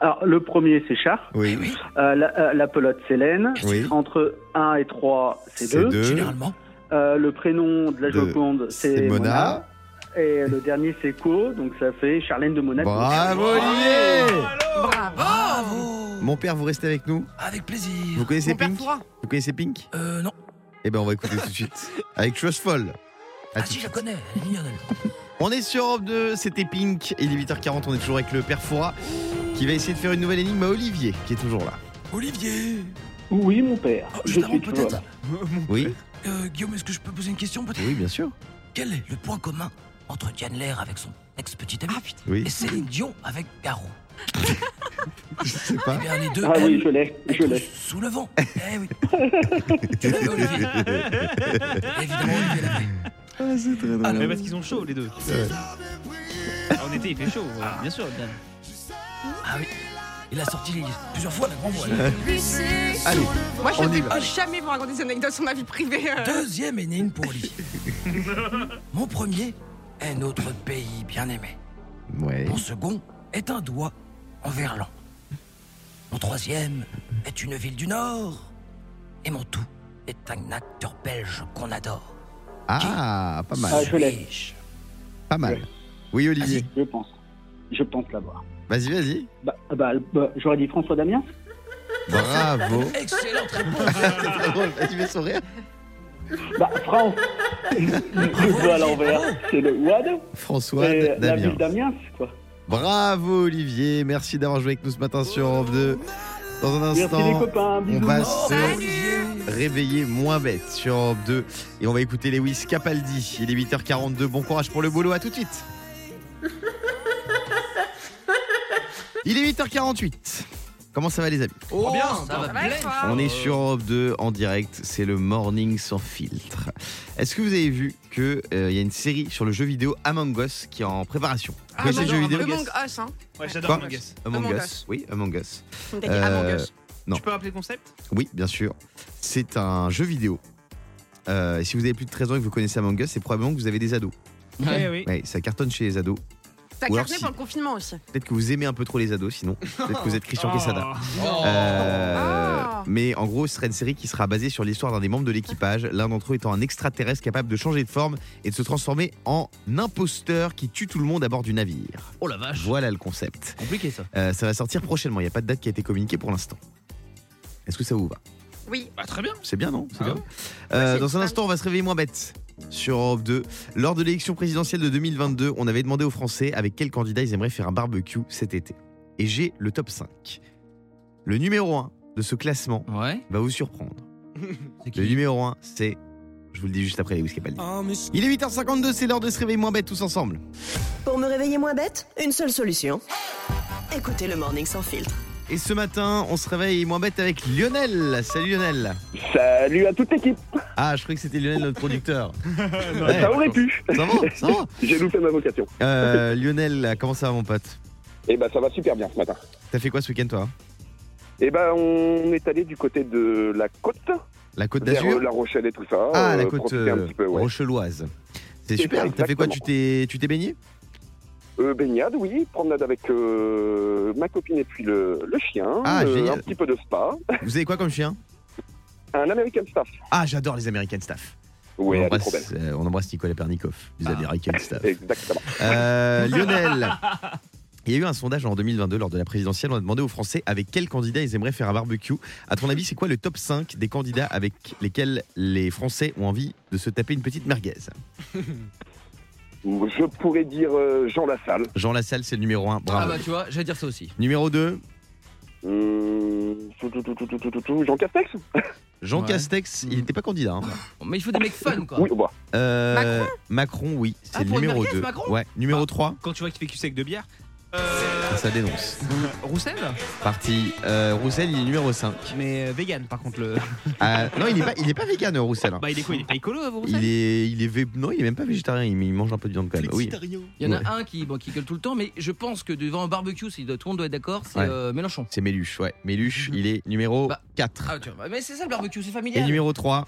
Speaker 9: Alors, le premier, c'est Char.
Speaker 3: Oui,
Speaker 8: Eh Oui,
Speaker 9: Euh, la, euh, la pelote, c'est Laine.
Speaker 3: oui.
Speaker 9: Entre 1 et 3, c'est 2.
Speaker 8: généralement.
Speaker 9: Euh, le prénom de la
Speaker 3: De-
Speaker 9: Joconde,
Speaker 3: c'est
Speaker 9: c'est
Speaker 3: Mona.
Speaker 9: Mona. Et le dernier, c'est
Speaker 3: Bah.
Speaker 9: Co. Donc ça fait Charlène de Monaco.
Speaker 3: Bravo, Olivier
Speaker 6: Bravo.
Speaker 8: Bravo
Speaker 3: Mon père, vous restez avec nous
Speaker 8: Avec plaisir.
Speaker 3: Vous connaissez
Speaker 5: Mon père
Speaker 3: Pink
Speaker 5: Foura.
Speaker 3: Vous connaissez Pink
Speaker 8: Euh, non.
Speaker 3: Eh ben, on va écouter tout de suite. Avec Trustful. À
Speaker 8: Ah,
Speaker 3: tout de
Speaker 8: si, je la
Speaker 3: suite.
Speaker 8: connais. Elle est mignonne, elle.
Speaker 3: On est sur Europe 2, c'était Pink. Il est 8h40, on est toujours avec le père Foura qui va essayer de faire une nouvelle énigme à Olivier qui est toujours là.
Speaker 8: Olivier
Speaker 4: Oui, mon père.
Speaker 8: Oh,
Speaker 4: Ah, Je
Speaker 8: Juste avant,
Speaker 4: suis toujours
Speaker 8: peut-être.
Speaker 4: là.
Speaker 3: Oui,
Speaker 8: euh, Guillaume, est-ce que je peux poser une question, peut-être
Speaker 3: oui, bien sûr.
Speaker 8: Quel est le point commun entre Diane Lair avec son ex-petite amie
Speaker 3: Oui,
Speaker 8: et Céline Dion avec Garou
Speaker 3: je sais pas.
Speaker 8: Eh bien, les deux
Speaker 4: Ah oui,
Speaker 8: aiment
Speaker 4: je l'ai, je
Speaker 8: être
Speaker 4: l'ai.
Speaker 8: sous le vent. Eh oui. Tu l'as vu, Olivier Évidemment, Olivier l'a fait.
Speaker 5: Mais parce qu'ils sont chauds les deux. Ah, En été il fait chaud, ouais, bien sûr. bien.
Speaker 8: Ah oui. Il a sorti les- plusieurs fois la grande voile.
Speaker 3: Allez,
Speaker 6: Moi, je
Speaker 3: On
Speaker 6: ne
Speaker 3: y va.
Speaker 6: vais jamais vous raconter des anecdotes sur ma vie privée. euh.
Speaker 8: Deuxième énigme pour Olivier. Mon premier est notre pays bien-aimé.
Speaker 3: ouais.
Speaker 8: Mon second est un doigt en verlan. Mon troisième est une ville du Nord. Et mon tout est un acteur belge qu'on adore.
Speaker 3: Ah, pas
Speaker 4: Ah,
Speaker 3: mal,
Speaker 4: je l'ai,
Speaker 8: Riche.
Speaker 3: pas mal. Oui, Olivier,
Speaker 4: je pense. Je pense l'avoir.
Speaker 3: vas-y, vas-y.
Speaker 4: Bah, bah, bah, j'aurais dit François Damien.
Speaker 3: Bravo.
Speaker 8: Excellente réponse.
Speaker 3: Très drôle, vas-y, mets son rire.
Speaker 4: Bah, France. le doigt à l'envers, c'est le Wad.
Speaker 3: François
Speaker 4: C'est la
Speaker 3: Damien.
Speaker 4: ville d'Amiens, quoi.
Speaker 3: Bravo, Olivier. Merci d'avoir joué avec nous ce matin sur Europe 2. Dans un
Speaker 4: Merci les
Speaker 3: instant,
Speaker 4: copains.
Speaker 3: on
Speaker 4: Bisous.
Speaker 3: va
Speaker 8: Oh,
Speaker 3: se
Speaker 8: Olivier.
Speaker 3: réveiller moins bête sur Europe 2 et on va écouter Lewis Capaldi. Il est 8h42. Bon courage pour le boulot. À tout de suite. Il est 8h48. Comment ça va, les amis
Speaker 14: Oh, bien,
Speaker 8: Ah, bah,
Speaker 14: ça
Speaker 6: Ça va,
Speaker 14: bien.
Speaker 6: toi
Speaker 3: On est sur Europe 2 en direct. C'est le Morning sans filtre. Est-ce que vous avez vu qu'il y a une série sur le jeu vidéo Among Us qui est en préparation Vous connaissez le jeu vidéo
Speaker 6: Ah, Among
Speaker 3: Guess
Speaker 6: Us, hein.
Speaker 5: Ouais, Ah,
Speaker 3: Quoi
Speaker 5: j'adore Among Us.
Speaker 3: Among,
Speaker 6: Among
Speaker 3: Us.
Speaker 6: Us.
Speaker 3: oui, Among Us.
Speaker 6: On t'a dit Among
Speaker 3: Euh,
Speaker 6: Us.
Speaker 3: Non.
Speaker 5: Tu peux rappeler le concept
Speaker 3: Oui, bien sûr. C'est un jeu vidéo. Euh, et si vous avez plus de 13 ans et que vous connaissez Among Us, c'est probablement que vous avez des ados.
Speaker 5: Ouais, Eh oui.
Speaker 3: Ouais, ça cartonne chez les ados.
Speaker 6: T'as
Speaker 3: Ou alors
Speaker 6: cartonné
Speaker 3: si.
Speaker 6: pendant le confinement aussi.
Speaker 3: Peut-être que vous aimez un peu trop les ados, sinon. Peut-être que vous êtes Christian Quesada.
Speaker 5: Oh.
Speaker 3: Euh,
Speaker 6: Ah.
Speaker 3: Mais en gros, ce sera une série qui sera basée sur l'histoire d'un des membres de l'équipage, l'un d'entre eux étant un extraterrestre capable de changer de forme et de se transformer en imposteur qui tue tout le monde à bord du navire.
Speaker 14: Oh la vache.
Speaker 3: Voilà le concept.
Speaker 14: Compliqué ça.
Speaker 3: Euh, ça va sortir prochainement, il n'y a pas de date qui a été communiquée pour l'instant. Est-ce que ça vous va
Speaker 6: Oui.
Speaker 5: Bah, très bien.
Speaker 3: C'est bien, non C'est
Speaker 5: Ah
Speaker 3: bien.
Speaker 5: ouais.
Speaker 3: Euh,
Speaker 6: Ouais, c'est
Speaker 3: dans un
Speaker 6: pas
Speaker 3: instant, on va se réveiller moins bête sur Europe 2. Lors de l'élection présidentielle de 2022, on avait demandé aux Français avec quel candidat ils aimeraient faire un barbecue cet été. Et j'ai le top 5. Le numéro 1 de ce classement
Speaker 14: Ouais.
Speaker 3: va vous surprendre.
Speaker 14: C'est
Speaker 3: Le
Speaker 14: qui Ah.
Speaker 3: numéro 1, c'est. Je vous le dis juste après, Lewis Capaldi.
Speaker 5: Oh,
Speaker 3: Il est 8h52, c'est l'heure de se réveiller moins bête tous ensemble.
Speaker 1: Pour me réveiller moins bête, une seule solution. Écoutez le Morning sans filtre.
Speaker 3: Et ce matin, on se réveille moins bête avec Lionel. Salut Lionel.
Speaker 4: Salut à toute l'équipe.
Speaker 3: Ah, je croyais que c'était Lionel, notre producteur. Ouais.
Speaker 4: Ça aurait pu.
Speaker 3: Ça va, ça va.
Speaker 4: J'ai loupé ma vocation.
Speaker 3: Euh, Lionel, comment ça va, mon pote
Speaker 9: Et ben ça va super bien ce matin.
Speaker 3: T'as fait quoi ce week-end, toi
Speaker 9: Et ben on est allé du côté de la côte,
Speaker 3: La Côte
Speaker 9: vers euh,
Speaker 3: d'Azur
Speaker 9: La Rochelle et tout ça.
Speaker 3: Ah, la
Speaker 9: euh,
Speaker 3: côte
Speaker 9: profiter un
Speaker 3: euh,
Speaker 9: petit peu, ouais.
Speaker 3: rocheloise. C'est
Speaker 9: C'est
Speaker 3: super.
Speaker 9: ça,
Speaker 3: T'as fait quoi Tu
Speaker 9: exactement.
Speaker 3: t'es, tu t'es baigné
Speaker 9: Euh, baignade, oui, promenade avec euh, ma copine et puis le, le chien,
Speaker 3: Ah,
Speaker 9: euh,
Speaker 3: génial.
Speaker 9: un petit peu de spa,
Speaker 3: Vous avez quoi comme chien
Speaker 9: un American Staff.
Speaker 3: Ah, j'adore les American Staff.
Speaker 9: Oui,
Speaker 3: on,
Speaker 9: elle est trop belle. Ah.
Speaker 3: embrasse, euh, on embrasse Nicolas Pernikov, les American Staff.
Speaker 9: Exactement.
Speaker 3: Euh, Lionel, il y a eu un sondage en 2022 lors de la présidentielle. On a demandé aux Français avec quel candidat ils aimeraient faire un barbecue. À ton avis, c'est quoi le top 5 des candidats avec lesquels les Français ont envie de se taper une petite merguez
Speaker 9: Je pourrais dire euh, Jean Lassalle.
Speaker 3: Jean Lassalle, c'est le numéro 1.
Speaker 14: Ah
Speaker 3: Bravo.
Speaker 14: bah tu vois, j'allais dire ça aussi.
Speaker 3: Numéro 2,
Speaker 4: Euh,
Speaker 9: Hum, tout, tout, tout, tout, tout, tout, tout, tout, Jean Castex
Speaker 3: Jean
Speaker 14: Ouais.
Speaker 3: Castex, il
Speaker 14: Mhm.
Speaker 3: n'était pas candidat. hein.
Speaker 14: Mais il faut des mecs fun quoi.
Speaker 9: Oui, bah,
Speaker 3: Euh, Macron, oui, c'est
Speaker 14: Ah,
Speaker 3: le
Speaker 14: pour une
Speaker 3: numéro
Speaker 14: merguez,
Speaker 3: 2.
Speaker 14: Macron Ah.
Speaker 3: ouais, numéro 3,
Speaker 5: Quand tu vois qu'il fait cul sec de bière. Euh,
Speaker 3: ça dénonce.
Speaker 5: Roussel
Speaker 3: Parti. Euh, Roussel, il est numéro 5.
Speaker 5: Mais euh, vegan par contre le.
Speaker 3: non, il n'est pas, il est pas vegan, Roussel. hein.
Speaker 5: Bah il est quoi Il est pas écolo à vous
Speaker 3: Il
Speaker 5: Roussel
Speaker 3: est, il est vé- non, il est même pas végétarien, il il mange un peu de viande quand même. Oui.
Speaker 14: Il y en a
Speaker 3: Ouais.
Speaker 14: un qui, bon, qui gueule tout le temps, mais je pense que devant un barbecue, si tout le monde doit être d'accord, c'est
Speaker 3: Ouais.
Speaker 14: euh, Mélenchon.
Speaker 3: C'est Méluche, ouais. Méluche, il est numéro
Speaker 14: Bah,
Speaker 3: 4.
Speaker 14: Ah, tu vois, mais c'est ça le barbecue, c'est
Speaker 3: Et
Speaker 14: familial.
Speaker 3: numéro 3,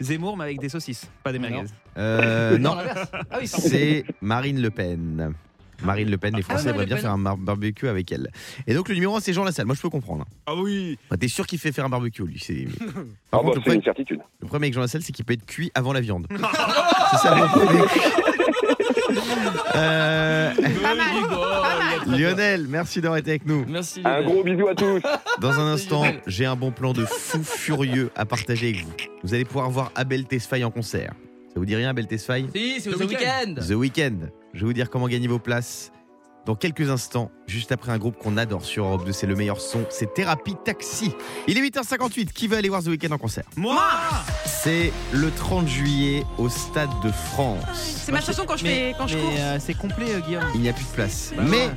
Speaker 5: Zemmour mais avec des saucisses, pas des
Speaker 14: Non.
Speaker 5: merguez.
Speaker 3: euh,
Speaker 14: Non,
Speaker 3: non,
Speaker 14: l'inverse. Ah oui, pardon.
Speaker 3: c'est Marine Le Pen. Marine Le Pen, les Français
Speaker 14: Ah, Marine Le
Speaker 3: aimeraient bien
Speaker 14: Pen.
Speaker 3: faire un bar- barbecue avec elle. Et donc le numéro 1, c'est Jean Lassalle. Moi, je peux comprendre. hein.
Speaker 5: Ah oui
Speaker 3: Bah, T'es sûr qu'il fait faire un barbecue, lui. c'est-
Speaker 9: ah
Speaker 4: Oh,
Speaker 3: Par
Speaker 9: bah,
Speaker 3: contre, le
Speaker 9: c'est
Speaker 3: problème,
Speaker 9: une certitude.
Speaker 3: le problème avec Jean Lassalle, c'est qu'il peut être cuit avant la viande. c'est ça le problème. Euh,
Speaker 6: Pas mal. Pas mal.
Speaker 3: Lionel, merci d'avoir été avec nous.
Speaker 14: Merci.
Speaker 5: Ah
Speaker 9: Un gros bisou à tous.
Speaker 3: Dans un instant, j'ai un bon plan de fou furieux à partager avec vous. Vous allez pouvoir voir Abel Tesfaye en concert. Ça vous dit rien, Abel Tesfaye
Speaker 14: Si, c'est
Speaker 8: The
Speaker 14: au week-end.
Speaker 3: The Weeknd. Je vais vous dire comment gagner vos places dans quelques instants, juste après un groupe qu'on adore sur Europe 2, c'est le meilleur son, c'est Thérapie Taxi. Il est 8h58, qui veut aller voir The Weeknd en concert
Speaker 5: Moi
Speaker 3: C'est le 30 juillet au Stade de France.
Speaker 6: C'est ma chanson quand je
Speaker 14: Mais-
Speaker 6: fais quand je
Speaker 14: mais,
Speaker 6: cours.
Speaker 14: euh, c'est complet, euh, Guillaume.
Speaker 3: Il n'y a plus de place. Mais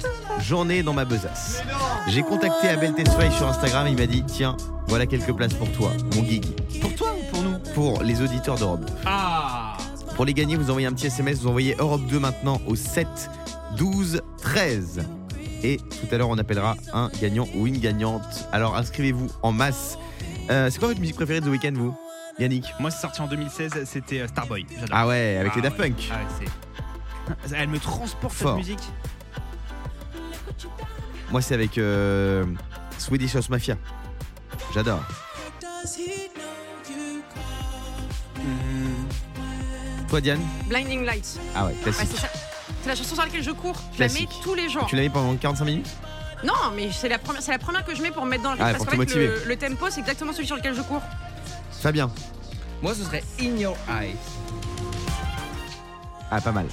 Speaker 3: j'en ai dans ma besace. J'ai contacté Abel Tesfaye sur Instagram, il m'a dit tiens, voilà quelques places pour toi, mon Guigui.
Speaker 5: Pour toi ou pour nous
Speaker 3: Pour les auditeurs d'Europe 2.
Speaker 5: Ah
Speaker 3: Pour les gagner, vous envoyez un petit SMS, vous envoyez Europe 2 maintenant au 7 12 13. Et tout à l'heure, on appellera un gagnant ou une gagnante. Alors inscrivez-vous en masse. Euh, c'est quoi votre musique préférée de The Weeknd, vous Yannick
Speaker 5: Moi, c'est sorti en 2016, c'était euh, Starboy. J'adore.
Speaker 3: Ah ouais, avec
Speaker 5: Ah
Speaker 3: les Daft
Speaker 5: ouais.
Speaker 3: Punk.
Speaker 5: Ah ouais, c'est- Elle me transporte
Speaker 3: Fort.
Speaker 5: cette musique.
Speaker 3: Moi, c'est avec euh, Swedish House Mafia. J'adore.
Speaker 14: Hmm.
Speaker 3: Toi, Diane
Speaker 6: Blinding Lights.
Speaker 3: Ah ouais,
Speaker 6: Ouais,
Speaker 3: classique.
Speaker 6: c'est ça. C'est la chanson sur laquelle je cours. Je la
Speaker 3: Classique.
Speaker 6: mets tous les jours.
Speaker 3: tu l'as mis pendant 45 minutes
Speaker 6: Non, mais c'est la première, c'est la première que je mets pour me mettre dans le rythme.
Speaker 3: Ah,
Speaker 6: parce
Speaker 3: pour
Speaker 6: qu'en
Speaker 3: te
Speaker 6: fait,
Speaker 3: motiver.
Speaker 6: le, le tempo, c'est exactement celui sur lequel je cours.
Speaker 3: Fabien.
Speaker 14: Moi, ce serait In Your Eyes.
Speaker 3: Ah, pas mal.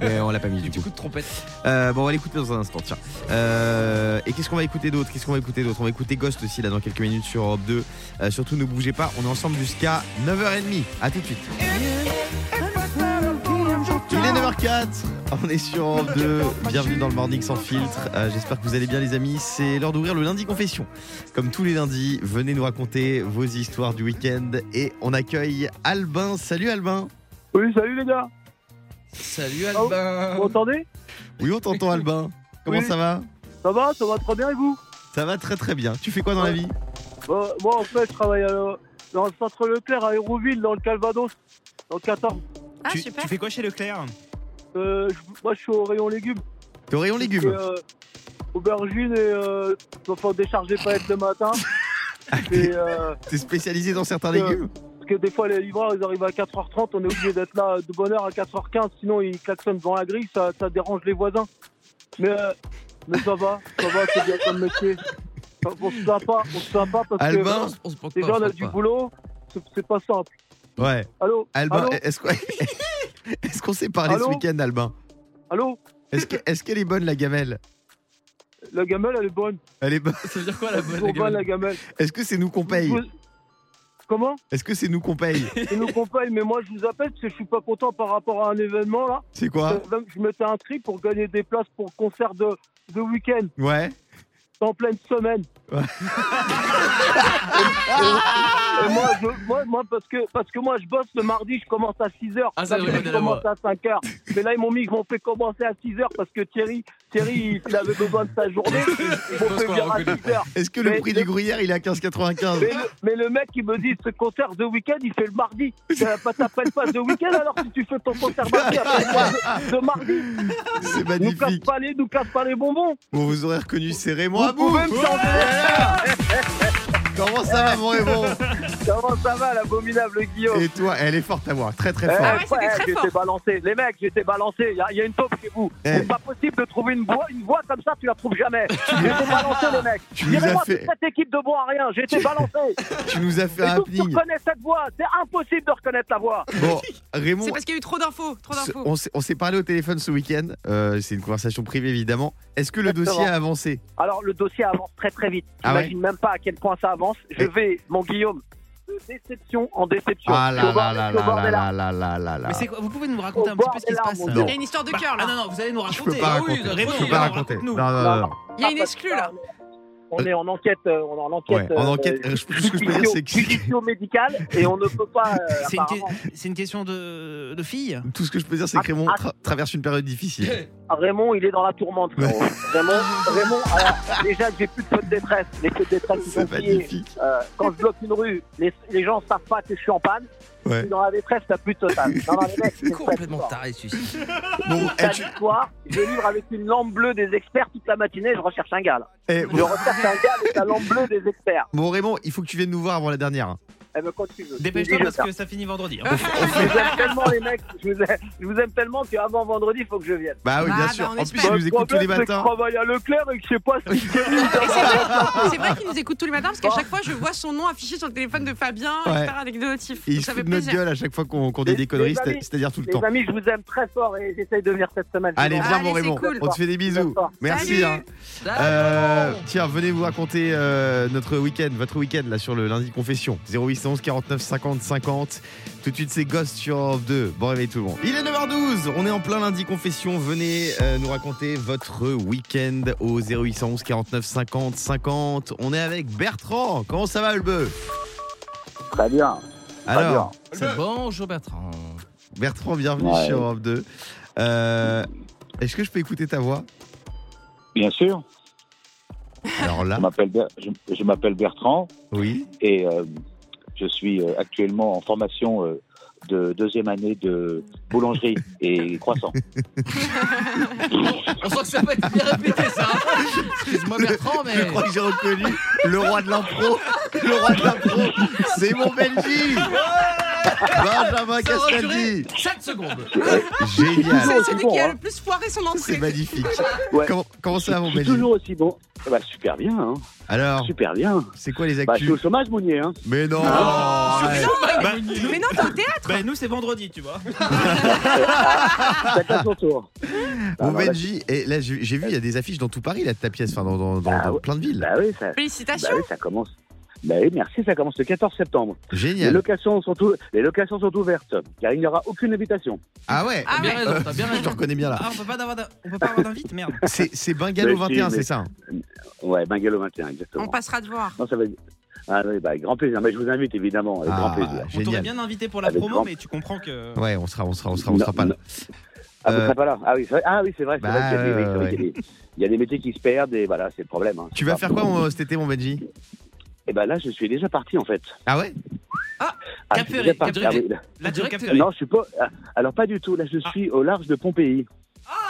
Speaker 3: Mais on l'a pas mis du
Speaker 14: Du
Speaker 3: coup.
Speaker 14: coup de trompette.
Speaker 3: Euh, bon, on va l'écouter dans un instant, tiens. Euh, et qu'est-ce qu'on va écouter d'autre Qu'est-ce qu'on va écouter d'autre On va écouter Ghost aussi, là, dans quelques minutes sur Europe 2. Euh, surtout, ne bougez pas, on est ensemble jusqu'à 9h30. À tout de suite. Il est 9h04, on est sur Europe 2, bienvenue dans le Morning sans filtre, Euh, j'espère que vous allez bien les amis, c'est l'heure d'ouvrir le lundi confession. Comme tous les lundis, venez nous raconter vos histoires du week-end et on accueille Albin, salut Albin
Speaker 4: Oui, salut les gars.
Speaker 14: Salut
Speaker 4: Ah, vous-
Speaker 14: Albin.
Speaker 4: Vous entendez
Speaker 3: Oui on t'entend Albin, comment
Speaker 4: Oui.
Speaker 3: ça va
Speaker 4: Ça va, ça va très bien et vous
Speaker 3: Ça va très très bien, tu fais quoi dans la vie
Speaker 4: Euh, Moi, en fait, je travaille euh, dans le centre Leclerc à Hérouville, dans le Calvados, dans le 14.
Speaker 6: Ah,
Speaker 5: tu,
Speaker 6: super.
Speaker 5: tu fais quoi chez Leclerc
Speaker 4: Euh, je- moi, je suis au rayon légumes.
Speaker 3: T'es au rayon
Speaker 4: Et,
Speaker 3: légumes
Speaker 4: euh, aubergines et euh, enfin, décharger les palettes le matin. et, euh,
Speaker 3: T'es spécialisé dans certains
Speaker 4: Euh,
Speaker 3: légumes
Speaker 4: parce que des fois, les livreurs, ils arrivent à 4h30, on est obligé d'être là de bonne heure à 4h15, sinon ils klaxonnent devant la grille, ça, ça dérange les voisins. Mais, euh, mais ça va, ça va, c'est bien comme métier. On se plaint pas, on se plaint pas parce que
Speaker 3: Albin
Speaker 4: euh,
Speaker 14: On se plante pas.
Speaker 4: déjà
Speaker 14: on
Speaker 4: on
Speaker 14: se
Speaker 4: a
Speaker 14: plante
Speaker 4: du
Speaker 14: pas.
Speaker 4: boulot, c'est- c'est pas simple.
Speaker 3: Ouais,
Speaker 4: euh, Allô
Speaker 3: Albin,
Speaker 4: Allô
Speaker 3: est-ce qu'on est-ce qu'on s'est parlé ce
Speaker 4: Allô
Speaker 3: week-end Albin
Speaker 4: Allô
Speaker 3: Est-ce que- est-ce qu'elle est bonne la gamelle
Speaker 4: La gamelle, elle est bonne.
Speaker 3: Elle est bonne
Speaker 14: Ça veut dire quoi la bonne
Speaker 4: Toujours bonne, la gamelle.
Speaker 3: Est-ce que c'est nous qu'on paye
Speaker 4: Vous- Comment
Speaker 3: Est-ce que c'est nous qu'on paye
Speaker 4: C'est nos compagnes, mais moi je vous appelle parce que je suis pas content par rapport à un événement là.
Speaker 3: C'est quoi
Speaker 4: Euh, Je mettais un tri pour gagner des places pour le concert de, de week-end.
Speaker 3: Ouais.
Speaker 4: en pleine semaine.
Speaker 3: Ouais.
Speaker 4: et, et moi, je- moi, moi, parce, que, parce que moi, je bosse le mardi, je commence à 6h.
Speaker 14: Ah, ça, oui,
Speaker 4: je
Speaker 14: madame.
Speaker 4: commence à 5h. Mais là, ils m'ont mis qu'ils m'ont fait commencer à 6h parce que Thierry, Thierry, il avait besoin de sa journée. Ils m'ont
Speaker 14: pense
Speaker 4: fait
Speaker 14: qu'on l'a
Speaker 4: venir à
Speaker 14: reconnu.
Speaker 4: 6h.
Speaker 3: Est-ce que le
Speaker 4: Mais-
Speaker 3: prix du gruyère il est à 15,95
Speaker 4: Mais le, mais le mec, il me dit ce concert de week-end, il fait le mardi. Ça va pas- T'appelles pas de week-end alors si tu fais ton concert mardi, appelle-moi de, de mardi.
Speaker 3: C'est
Speaker 4: Nous casse
Speaker 3: magnifique.
Speaker 4: pas les, nous casse pas les bonbons.
Speaker 3: Bon, vous aurez reconnu, c'est Raymond
Speaker 4: Vous
Speaker 3: Abou.
Speaker 4: pouvez me chanter.
Speaker 3: Comment ça va, mon Raymond
Speaker 4: Comment ça va, l'abominable Guillaume
Speaker 3: Et toi, elle est forte à voir, très très
Speaker 4: Eh,
Speaker 3: forte.
Speaker 6: Ah ouais, c'était très
Speaker 4: j'étais
Speaker 6: fort.
Speaker 4: balancé. Les mecs, j'étais balancé. Il y, a une taupe chez vous.
Speaker 3: Eh.
Speaker 4: C'est pas possible de trouver une voix, une voix comme ça, tu la trouves jamais. J'étais balancé, les mecs.
Speaker 3: Tu nous as
Speaker 4: Direz-moi
Speaker 3: fait-
Speaker 4: toute cette équipe de bois à rien. J'étais balancé.
Speaker 3: Tu nous as fait
Speaker 4: Et
Speaker 3: un
Speaker 4: donc, tu
Speaker 3: happening.
Speaker 4: reconnais cette voix. C'est impossible de reconnaître la voix.
Speaker 3: Bon, Raymond,
Speaker 6: C'est parce qu'il y a eu trop d'infos, trop
Speaker 3: ce-
Speaker 6: d'infos.
Speaker 3: on s'est- on s'est parlé au téléphone ce week-end. Euh, c'est une conversation privée, évidemment. Est-ce que le
Speaker 4: Exactement.
Speaker 3: dossier a avancé
Speaker 4: Alors, le dossier avance très très vite.
Speaker 3: Ah ouais
Speaker 4: J'imagine même pas à quel point ça avance. Je
Speaker 3: Et-
Speaker 4: vais, mon Guillaume, de déception en déception.
Speaker 3: Ah là
Speaker 4: Au bord-
Speaker 3: là là
Speaker 4: au bord
Speaker 3: là
Speaker 4: des larmes.
Speaker 3: là là là là là.
Speaker 5: Mais c'est quoi Vous pouvez nous
Speaker 4: Au
Speaker 5: raconter un petit
Speaker 4: bord
Speaker 5: peu ce qui
Speaker 4: des
Speaker 5: se passe
Speaker 4: larmes,
Speaker 3: Non.
Speaker 6: Il y a une histoire de
Speaker 5: Bah,
Speaker 6: cœur
Speaker 5: Ah
Speaker 6: là.
Speaker 5: non, non, vous allez nous
Speaker 3: Je peux
Speaker 5: raconter.
Speaker 3: pas
Speaker 5: Ah oui,
Speaker 3: raconter.
Speaker 5: vous avez
Speaker 3: Je
Speaker 5: raison,
Speaker 3: peux pas
Speaker 5: alors,
Speaker 3: raconter. Non,
Speaker 5: raconte-nous.
Speaker 3: non, non. Ah,
Speaker 6: Il y a une exclue là.
Speaker 4: On est en enquête. euh, on est en
Speaker 3: Ouais,
Speaker 4: enquête.
Speaker 3: en
Speaker 4: euh,
Speaker 3: enquête, je- ce que je peux dire, c'est que
Speaker 4: médicale et on ne peut pas. euh,
Speaker 5: C'est une,
Speaker 4: apparemment.
Speaker 5: que- c'est une question de, de fille
Speaker 3: tout ce que je peux dire, c'est que Raymond tra- traverse une période difficile.
Speaker 4: Ah, Raymond, il est dans la tourmente. frérot. Raymond, Raymond alors, déjà que j'ai plus de feux de détresse. Les feux de détresse, ils sont
Speaker 3: C'est
Speaker 4: pillés.
Speaker 3: magnifique.
Speaker 4: Euh, quand je bloque une rue, les, les gens savent pas que je suis en panne. Je
Speaker 3: Ouais.
Speaker 4: suis dans la détresse, t'as plus de total. Non, non, les mecs, c'est
Speaker 14: Complètement taré, celui-ci.
Speaker 3: Bon, eh,
Speaker 4: T'as
Speaker 3: tu-
Speaker 4: l'histoire, je livre avec une lampe bleue des experts toute la matinée, je recherche un gars là.
Speaker 3: eh,
Speaker 4: Je
Speaker 3: bon,
Speaker 4: recherche un gars avec la lampe bleue des experts.
Speaker 3: bon, Raymond, il faut que tu viennes nous voir avant la dernière. hein.
Speaker 4: Eh ben, quand tu veux.
Speaker 14: Dépêche-toi
Speaker 4: Je
Speaker 14: parce
Speaker 4: pars.
Speaker 14: que ça finit vendredi.
Speaker 5: Ah.
Speaker 14: hein.
Speaker 4: Je vous aime tellement, les mecs. Je vous aime, je vous aime tellement qu'avant vendredi, il faut que je vienne.
Speaker 3: Bah oui, bien
Speaker 6: Ah,
Speaker 3: sûr. en plus, ils nous
Speaker 4: Le
Speaker 3: écoutent tous les
Speaker 4: problème, c'est que
Speaker 3: matins.
Speaker 4: Je travaille à Leclerc et que je sais pas ce qu'il fait.
Speaker 3: ah,
Speaker 6: C'est vrai qu'il nous écoute tous les matins parce qu'à chaque fois, je vois son nom affiché sur le téléphone de Fabien,
Speaker 3: Ouais.
Speaker 6: etc. Avec des notifs.
Speaker 3: Et
Speaker 6: Donc,
Speaker 3: ils se
Speaker 6: ça fait
Speaker 3: foutent de notre
Speaker 6: plaisir.
Speaker 3: gueule à chaque fois qu'on qu'on dit des conneries, c'est- c'est-à-dire tout le
Speaker 4: les
Speaker 3: temps.
Speaker 4: amis, je vous aime très fort et j'essaye de venir cette semaine.
Speaker 3: Allez, viens, mon
Speaker 4: c'est
Speaker 3: Raymond.
Speaker 4: cool.
Speaker 3: On te fait des bisous.
Speaker 4: D'accord.
Speaker 3: Merci.
Speaker 4: Salut.
Speaker 3: hein.
Speaker 4: Salut.
Speaker 3: Euh, tiens, venez vous raconter euh, notre week-end, votre week-end là sur le lundi confession. 0811 49 50 50. Tout de suite, c'est Ghost sur Europe 2. Bon réveil tout le monde. Il est 9h12. On est en plein lundi confession. Venez euh, nous raconter votre week-end au 0811 49 50 50. On est avec Bertrand. Comment ça va, le bœuf
Speaker 12: Très bien.
Speaker 3: Alors,
Speaker 14: C'est Bonjour Bertrand.
Speaker 3: Bertrand, bienvenue
Speaker 12: Ouais.
Speaker 3: sur Europe 2. Euh, Est-ce que je peux écouter ta voix
Speaker 12: Bien sûr.
Speaker 3: Alors là.
Speaker 12: Je m'appelle, Ber- je- je m'appelle Bertrand.
Speaker 3: Oui.
Speaker 12: Et euh, je suis euh, actuellement en formation euh, de deuxième année de boulangerie et croissant.
Speaker 14: On sent que ça va être bien répété ça. Excuse-moi Bertrand, mais.
Speaker 3: Je crois que j'ai reconnu le roi de l'impro. Le roi de l'impro, c'est mon Benji. Benjamin
Speaker 6: Ça aurait
Speaker 3: Castaldi.
Speaker 6: duré Chaque seconde.
Speaker 3: Génial.
Speaker 6: C'est celui qui a le plus foiré son entrée.
Speaker 3: hein. C'est magnifique. Comment, comment ça va, mon
Speaker 12: Je suis
Speaker 3: Benji
Speaker 12: toujours aussi bon. Eh ben, super bien. hein.
Speaker 3: Alors
Speaker 12: Super bien.
Speaker 3: C'est quoi les
Speaker 12: Bah, je
Speaker 3: actus
Speaker 12: suis au chômage, Mounier. Hein.
Speaker 3: Mais non
Speaker 12: Ah,
Speaker 3: ouais.
Speaker 6: Mais non, t'es au théâtre.
Speaker 5: Bah, nous, c'est vendredi, tu vois.
Speaker 12: Chacun son tour.
Speaker 3: Ah, Mon
Speaker 12: Alors là, Ah, bah,
Speaker 3: Benji, et là j'ai j'ai vu, il y a des affiches dans tout Paris, là, de ta pièce, enfin dans, dans- dans- dans plein de villes.
Speaker 12: Bah oui, ça,
Speaker 6: Félicitations.
Speaker 12: bah oui, ça commence. Bah oui, merci, ça commence le 14 septembre.
Speaker 3: Génial.
Speaker 12: Les locations sont, ou- les locations sont ouvertes, car il n'y aura aucune invitation.
Speaker 3: Ah ouais,
Speaker 14: T'as bien raison, t'as bien
Speaker 3: Je te
Speaker 14: raison.
Speaker 3: reconnais bien là.
Speaker 14: Ah, on peut pas avoir d'in- on peut pas avoir d'invite, merde.
Speaker 3: C'est c'est Bungalow
Speaker 12: Mais Bah, si,
Speaker 3: 21,
Speaker 12: mais-
Speaker 3: c'est ça
Speaker 12: Ouais, Bungalow 21, exactement.
Speaker 6: On passera de voir.
Speaker 12: Non, ça va être- Ah oui, bah, avec grand plaisir. Mais je vous invite, évidemment, avec
Speaker 3: Ah,
Speaker 12: grand plaisir.
Speaker 5: On t'aurait
Speaker 3: Génial.
Speaker 5: bien invité pour la
Speaker 12: Avec
Speaker 5: promo,
Speaker 12: grand-
Speaker 5: mais tu comprends que.
Speaker 3: Ouais, on sera, on sera, on sera, on sera
Speaker 12: Non,
Speaker 3: pas là.
Speaker 12: Ah, vous
Speaker 3: Euh,
Speaker 12: serez pas là. Ah oui, c'est vrai, ah, oui, c'est vrai. c'est
Speaker 3: Bah,
Speaker 12: vrai qu'il y a des-
Speaker 3: ouais,
Speaker 12: oui, c'est vrai qu'il y a des- Il y a des métiers qui se perdent et voilà, c'est le problème. hein.
Speaker 3: Tu vas faire quoi mon- cet été, mon Benji
Speaker 12: Eh ben là, je suis déjà parti en fait.
Speaker 3: Ah ouais
Speaker 12: Ah,
Speaker 14: Cap
Speaker 12: je suis
Speaker 14: Ferré,
Speaker 12: déjà parti.
Speaker 14: Cap
Speaker 12: Ah oui,
Speaker 14: Ferré.
Speaker 12: là-
Speaker 14: Là, tu captes-
Speaker 12: Non, je suis pas. ah, Alors pas du tout. Là, je suis au large de Pompéi.